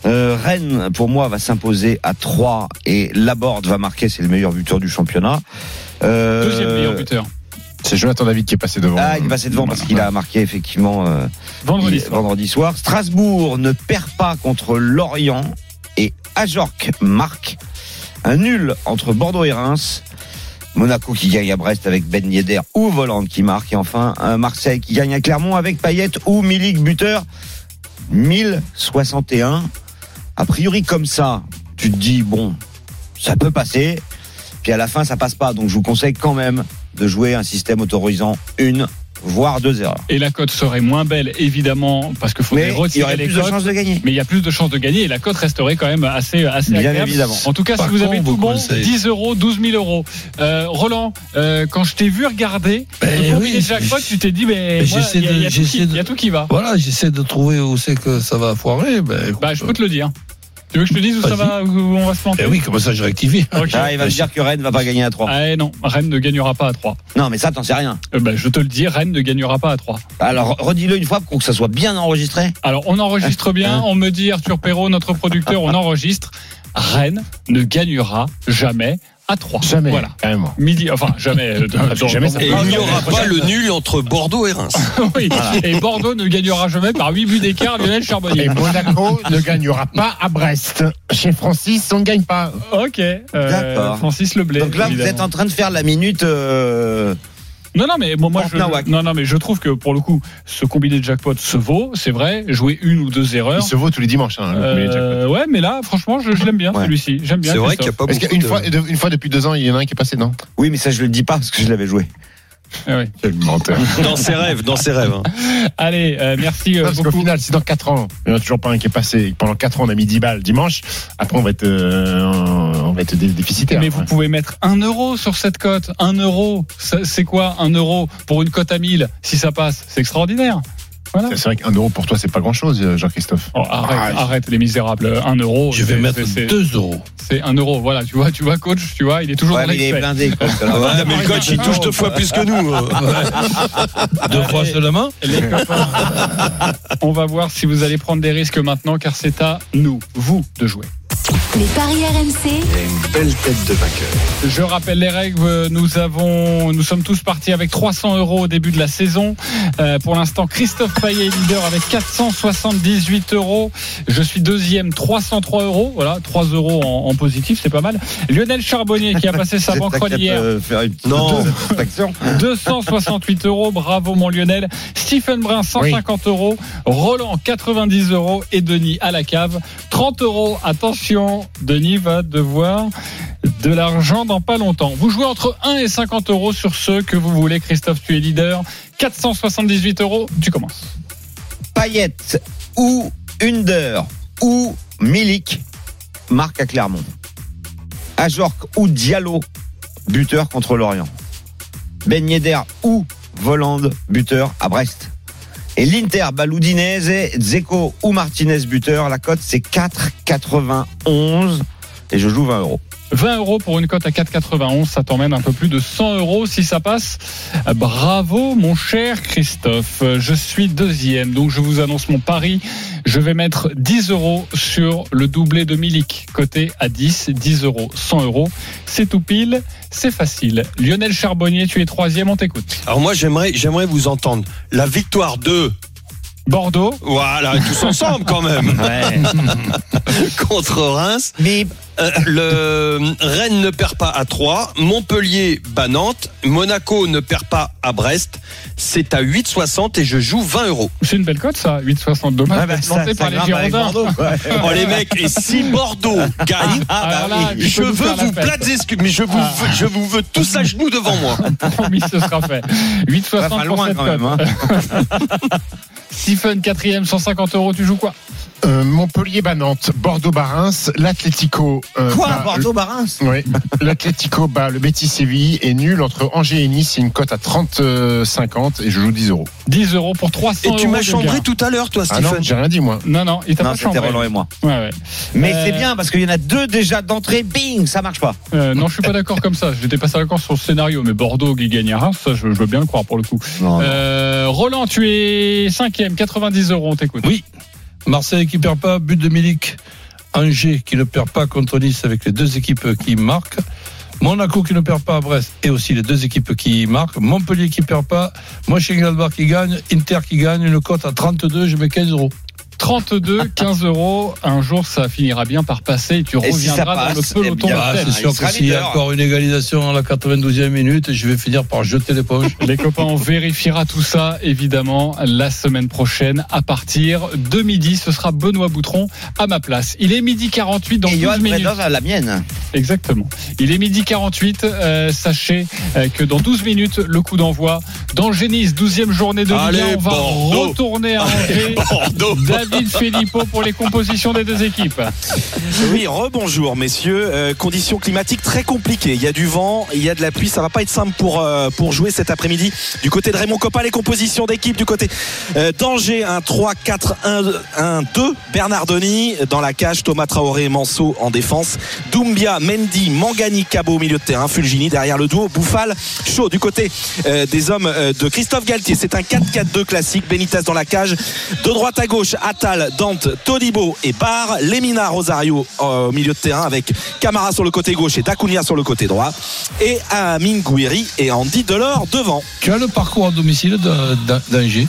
Speaker 4: Euh, Rennes, pour moi, va s'imposer à 3 et Laborde va marquer, c'est le meilleur buteur du championnat. Euh,
Speaker 3: Deuxième meilleur buteur.
Speaker 5: c'est Jonathan David qui est passé devant.
Speaker 4: Ah, il est passé devant parce qu'il a marqué effectivement euh,
Speaker 3: Vendredi
Speaker 4: il-
Speaker 3: soir.
Speaker 4: soir. Strasbourg ne perd pas contre Lorient et Ajorc marque un nul entre Bordeaux et Reims. Monaco qui gagne à Brest avec Ben Yedder ou Voland qui marque. Et enfin, un Marseille qui gagne à Clermont avec Payet ou Milik buteur. 1061. A priori, comme ça, tu te dis, bon, ça peut passer. Puis à la fin, ça passe pas. Donc je vous conseille quand même de jouer un système autorisant une, voire deux erreurs.
Speaker 3: Et la cote serait moins belle, évidemment, parce qu'il faudrait
Speaker 4: Mais il y
Speaker 3: retirer
Speaker 4: aurait
Speaker 3: les
Speaker 4: plus de
Speaker 3: cotes.
Speaker 4: chances de gagner.
Speaker 3: Mais il y a plus de chances de gagner et la cote resterait quand même assez, assez
Speaker 4: Bien
Speaker 3: agréable.
Speaker 4: évidemment.
Speaker 3: En tout cas,
Speaker 6: Par
Speaker 3: si vous avez
Speaker 6: contre,
Speaker 3: tout bon,
Speaker 6: conseil.
Speaker 3: 10 euros, 12 000 euros. Euh, Roland, euh, quand je t'ai vu regarder,
Speaker 6: Ben
Speaker 3: le combiné
Speaker 6: oui.
Speaker 3: jackpot, tu t'es dit, mais
Speaker 6: Mais
Speaker 3: voilà,
Speaker 6: j'essaie
Speaker 3: il y, a- il y
Speaker 6: de-
Speaker 3: a tout qui-
Speaker 6: j'essaie de-
Speaker 3: il y a tout qui va.
Speaker 6: Voilà, j'essaie de trouver où c'est que ça va foirer. Ben,
Speaker 3: Bah, je peux te le dire. Tu veux que je te dise où ça
Speaker 6: Vas-y.
Speaker 3: va, où on va se planter
Speaker 6: ben oui, comme ça je rectifie.
Speaker 3: Ok.
Speaker 4: Ah, il va me dire que Rennes va pas gagner à 3.
Speaker 3: Ah, eh non, Rennes ne gagnera pas à 3.
Speaker 4: Non, mais ça, t'en sais rien.
Speaker 3: Euh, bah, je te le dis, Rennes ne gagnera pas à 3.
Speaker 4: Alors, redis-le une fois pour que ça soit bien enregistré.
Speaker 3: Alors, on enregistre bien.
Speaker 4: Ah.
Speaker 3: On me dit, Arthur Perrault, notre producteur, on enregistre. Rennes ne gagnera jamais à 3.
Speaker 5: Jamais.
Speaker 3: Voilà.
Speaker 5: Carrément.
Speaker 3: Midi, enfin, jamais. euh, dans- dans-
Speaker 5: Jamais
Speaker 3: dans-
Speaker 5: ça
Speaker 8: Et
Speaker 5: Ah,
Speaker 8: il n'y
Speaker 5: non,
Speaker 8: aura pas le nul entre Bordeaux et Reims.
Speaker 3: Oui. Et Bordeaux ne gagnera jamais par 8 buts d'écart, Lionel Charbonnier.
Speaker 5: Et Monaco ne gagnera pas à Brest. Chez Francis, on ne gagne pas.
Speaker 3: Ok, euh,
Speaker 4: D'accord.
Speaker 3: Francis Leblé.
Speaker 4: Donc là, vous
Speaker 3: évidemment.
Speaker 4: êtes en train de faire la minute. euh,
Speaker 3: Non, non, mais moi, moi, je,
Speaker 13: Frontenac.
Speaker 3: non, non, mais je trouve que pour le coup, ce combiné de jackpot se vaut, c'est vrai. Jouer une ou deux erreurs.
Speaker 5: Il se vaut tous les dimanches. hein, le
Speaker 3: Euh,
Speaker 5: combiné jackpot.
Speaker 3: ouais, mais là, franchement, je, je l'aime bien
Speaker 4: Ouais.
Speaker 3: celui-ci. J'aime bien.
Speaker 8: C'est vrai qu'il n'y a
Speaker 3: Christophe.
Speaker 8: pas
Speaker 5: Parce
Speaker 8: beaucoup.
Speaker 5: qu'une
Speaker 8: de-
Speaker 5: fois, une fois depuis deux ans, il y en a un qui est passé, non
Speaker 4: Oui, mais ça, je le dis pas parce que je l'avais joué.
Speaker 3: Ah oui.
Speaker 5: Quel menteur.
Speaker 8: Dans ses rêves, dans ses rêves. hein.
Speaker 3: Allez, euh, merci euh,
Speaker 5: Parce qu'au
Speaker 3: beaucoup.
Speaker 5: final, si dans 4 ans, il n'y en a toujours pas un qui est passé, et que pendant 4 ans, on a mis 10 balles dimanche, après, on va être, euh, on va être dé- déficitaire.
Speaker 3: Mais vous
Speaker 5: Ouais.
Speaker 3: pouvez mettre un euro sur cette cote. Un euro, Ça, c'est quoi un euro pour une cote à 1000 Si ça passe, c'est extraordinaire. Voilà.
Speaker 5: C'est vrai qu'un euro pour toi, c'est pas grand chose, Jean-Christophe.
Speaker 3: Oh, arrête,
Speaker 5: Ah,
Speaker 3: arrête, les misérables. Un euro.
Speaker 6: Je vais
Speaker 3: c'est-
Speaker 6: mettre
Speaker 3: c'est- c'est-
Speaker 6: 2 euros.
Speaker 3: C'est un euro. Voilà, tu vois, tu vois, coach, tu vois, il est toujours
Speaker 4: Ouais,
Speaker 3: dans
Speaker 4: mais il est
Speaker 3: l'excès.
Speaker 4: blindé. quoi. Ah
Speaker 8: Ouais, mais le coach, il touche deux fois plus que nous. euh.
Speaker 6: Deux fois seulement
Speaker 3: Les copains, on va voir si vous allez prendre des risques maintenant, car c'est à nous, vous, de jouer.
Speaker 2: Les paris RMC,
Speaker 3: Je rappelle les règles. Nous avons, nous sommes tous partis avec 300 euros au début de la saison. Euh, pour l'instant, Christophe Payet est leader avec 478 euros. Je suis deuxième, 303 euros. Voilà, 3 euros en, en positif, c'est pas mal. Lionel Charbonnier qui a passé sa
Speaker 4: Vous êtes
Speaker 3: banque
Speaker 4: pas capable
Speaker 3: hier.
Speaker 4: de faire une petite
Speaker 8: Non.
Speaker 4: satisfaction
Speaker 3: 268 euros, bravo mon Lionel. Stephen Brun, 150 euros. Roland, 90 euros. Et Denis à la cave, 30 euros. Attention, Denis va devoir de l'argent dans pas longtemps. Vous jouez entre 1 et 50 euros sur ceux que vous voulez. Christophe, tu es leader. 478 euros, tu commences.
Speaker 4: Payet ou Under ou Milik marque à Clermont. Ajorc ou Diallo buteur contre Lorient. Ben Yedder ou Volande buteur à Brest. Et l'Inter Baloudinese, Zeko ou Martinez buteur, la cote c'est 4,91 et je joue 20 euros.
Speaker 3: 20 euros pour une cote à 4,91, ça t'emmène un peu plus de 100 euros si ça passe. Bravo mon cher Christophe, Euh, je suis deuxième, donc je vous annonce mon pari. Je vais mettre 10 euros sur le doublé de Milik, coté à 10, 10 euros, 100 euros. C'est tout pile, c'est facile. Lionel Charbonnier, tu es troisième, on t'écoute.
Speaker 8: Alors moi, j'aimerais, j'aimerais vous entendre la victoire de.
Speaker 3: Bordeaux,
Speaker 8: Voilà, tous ensemble quand même. Contre Reims. Euh, le Rennes ne perd pas à 3, Montpellier bat Nantes, Monaco ne perd pas à Brest. C'est à 8,60 et je joue 20 euros.
Speaker 3: c'est une belle cote ça, 8,60 dommage,
Speaker 4: Ouais, bah,
Speaker 3: d'être lancé par les
Speaker 4: grimpe avec
Speaker 3: Girondins.
Speaker 4: Bordeaux, quoi.
Speaker 3: Eh ben.
Speaker 8: Oh les mecs, et si Bordeaux gagne,
Speaker 3: Alors Ah, là, tu peux
Speaker 8: je
Speaker 3: nous
Speaker 8: veux
Speaker 3: faire la
Speaker 8: vous
Speaker 3: fête.
Speaker 8: plates excuses, mais je vous,
Speaker 3: Ah.
Speaker 8: veux- je vous veux tous à genoux devant moi.
Speaker 3: Promis, ce sera fait. 8,60
Speaker 4: Pas, pas
Speaker 3: pour
Speaker 4: loin
Speaker 3: cette
Speaker 4: quand même.
Speaker 3: cote.
Speaker 4: hein.
Speaker 3: Stephen, quatrième, 150 euros, tu joues quoi
Speaker 5: Euh, Montpellier, bat Nantes, Bordeaux, bat Reims, l'Atlético. euh, bat-
Speaker 4: Bordeaux-Barins
Speaker 5: Oui. L'Atlético bat le Betis Séville et nul entre Angers et Nice. C'est une cote à 30-50 et je joue 10 euros.
Speaker 3: 10 euros pour 300
Speaker 8: Et tu
Speaker 3: euros
Speaker 8: m'as
Speaker 3: de
Speaker 8: chambré
Speaker 3: gain.
Speaker 8: tout à l'heure, toi,
Speaker 5: Ah non,
Speaker 8: Stephen.
Speaker 5: j'ai rien dit moi.
Speaker 3: Non, non, il t'a
Speaker 4: Non,
Speaker 3: pas
Speaker 4: c'était
Speaker 3: chambré.
Speaker 4: Roland et moi.
Speaker 3: Ouais, ouais.
Speaker 4: Mais
Speaker 3: Euh,
Speaker 4: c'est bien parce qu'il y en a deux déjà d'entrée, bing, ça marche pas.
Speaker 3: Euh, non, je suis pas d'accord comme ça. J'étais pas d'accord sur le scénario, mais Bordeaux qui gagne à Reims, ça, je, je veux bien le croire pour le
Speaker 4: Oh
Speaker 3: coup. Euh, Roland, tu es cinquième, 90 euros, on t'écoute.
Speaker 6: Oui. Marseille qui perd pas, but de Milik. Angers qui ne perd pas contre Nice avec les deux équipes qui marquent. Monaco qui ne perd pas à Brest et aussi les deux équipes qui marquent. Montpellier qui perd pas. Mönchengladbach qui gagne. Inter qui gagne. Une cote à 32, je mets 15 euros.
Speaker 3: 32, 15 euros. Un jour, ça finira bien par passer et tu
Speaker 4: Et si ça
Speaker 3: reviendras dans
Speaker 4: passe,
Speaker 3: le peloton
Speaker 4: eh bien,
Speaker 3: de
Speaker 6: Ah,
Speaker 3: tête.
Speaker 6: c'est
Speaker 4: il
Speaker 6: sûr que
Speaker 4: sera
Speaker 6: s'il y a
Speaker 4: leader.
Speaker 6: encore une égalisation à la 92e minute, je vais finir par jeter les poches.
Speaker 3: Les copains, on vérifiera tout ça évidemment la semaine prochaine à partir de midi. Ce sera Benoît Boutron à ma place. Il est midi 48 dans
Speaker 4: Et
Speaker 3: 12
Speaker 4: Johan
Speaker 3: minutes.
Speaker 4: Bredov à la mienne.
Speaker 3: Exactement. Il est midi 48. euh, sachez euh, que dans 12 minutes, le coup d'envoi dans le Génis, 12e journée de Ligue 1.
Speaker 8: Allez,
Speaker 3: On va
Speaker 8: Bordeaux.
Speaker 3: retourner à Angers.
Speaker 8: Bordeaux.
Speaker 3: David Filippo pour les compositions des deux équipes.
Speaker 13: Oui, rebonjour messieurs. Euh, conditions climatiques très compliquées. Il y a du vent, il y a de la pluie. Ça va pas être simple pour, euh, pour jouer cet après-midi. Du côté de Raymond Coppa, les compositions d'équipe. Du côté euh, d'Angers, 1, 3, 4, 1, 1, 2. Bernardoni dans la cage. Thomas Traoré, Manso en défense. Doumbia, Mendy, Mangani, Cabo au milieu de terrain. Fulgini derrière le duo. Bouffal, chaud. Du côté euh, des hommes euh, de Christophe Galtier, c'est un 4-4-2 classique. Benitez dans la cage. De droite à gauche, Attal, Dante, Todibo et Barre. Lemina Rosario euh, au milieu de terrain avec Camara sur le côté gauche et Dacunia sur le côté droit. Et Amin Gouiri et Andy Delors devant.
Speaker 6: Tu as le parcours à domicile de- d'A- d'Angers.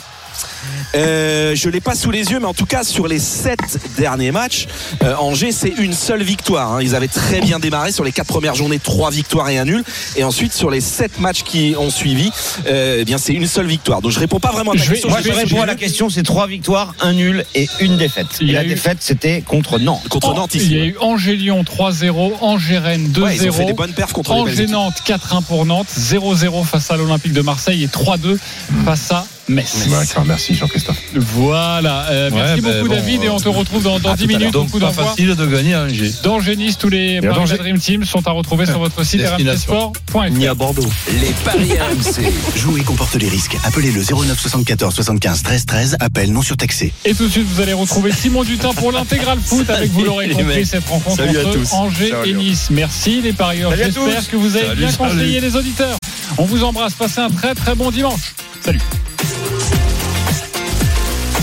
Speaker 8: Euh, je l'ai pas sous les yeux, mais en tout cas sur les sept derniers matchs, euh, Angers c'est une seule victoire. hein. Ils avaient très bien démarré sur les quatre premières journées, trois victoires et un nul. Et ensuite sur les sept matchs qui ont suivi, euh, eh bien c'est une seule victoire. Donc je réponds pas vraiment à ta
Speaker 4: Je vais-
Speaker 8: question.
Speaker 4: moi,
Speaker 8: je
Speaker 4: je
Speaker 8: sais-
Speaker 4: réponds à la question, c'est trois victoires, un nul et une défaite.
Speaker 3: Il
Speaker 4: Et
Speaker 3: y a
Speaker 4: la
Speaker 3: eu-
Speaker 4: défaite, c'était contre Nantes.
Speaker 8: Contre Nantes
Speaker 3: Oh, Il
Speaker 8: ici.
Speaker 3: y a eu Angers-Lyon 3-0, Angers-Rennes 2-0.
Speaker 8: Ouais, ils ont fait des bonnes perfs contre les belles équipes.
Speaker 3: Angers-Nantes 4-1 pour Nantes, 0-0 face à l'Olympique de Marseille et 3-2 face à Metz.
Speaker 5: D'accord, merci Jean-Christophe.
Speaker 3: Voilà. Euh, merci
Speaker 15: Ouais, ben
Speaker 3: beaucoup
Speaker 15: bon,
Speaker 3: David et on te
Speaker 15: euh,
Speaker 3: retrouve dans, dans
Speaker 15: à
Speaker 3: 10
Speaker 15: tout à l'heure.
Speaker 3: minutes. au
Speaker 15: Donc
Speaker 3: coup
Speaker 15: pas
Speaker 3: d'envoi.
Speaker 15: facile de gagner hein, à Angers.
Speaker 3: Dans Génis, tous les
Speaker 5: Et à
Speaker 3: paris de la
Speaker 5: Danger.
Speaker 3: Dream Team sont à retrouver sur votre site
Speaker 15: Destination.
Speaker 3: rmcsport.fr.
Speaker 16: Ni à Bordeaux.
Speaker 17: Les paris RMC.
Speaker 12: Jouer comporte les risques. Appelez le 09 74 75 13 13. Appel non surtaxé.
Speaker 3: Et tout de suite, vous allez retrouver Simon Dutin pour l'intégral foot avec, vous l'aurez
Speaker 16: les
Speaker 3: compris,
Speaker 16: mecs.
Speaker 3: cette rencontre
Speaker 16: Salut à
Speaker 3: entre
Speaker 16: tous.
Speaker 3: Angers et Nice. Merci les parieurs.
Speaker 16: Salut à
Speaker 3: J'espère
Speaker 16: tous.
Speaker 3: que vous avez
Speaker 16: Salut,
Speaker 3: bien
Speaker 16: salut.
Speaker 3: conseillé les auditeurs. On vous embrasse. Passez un très très bon dimanche. Salut.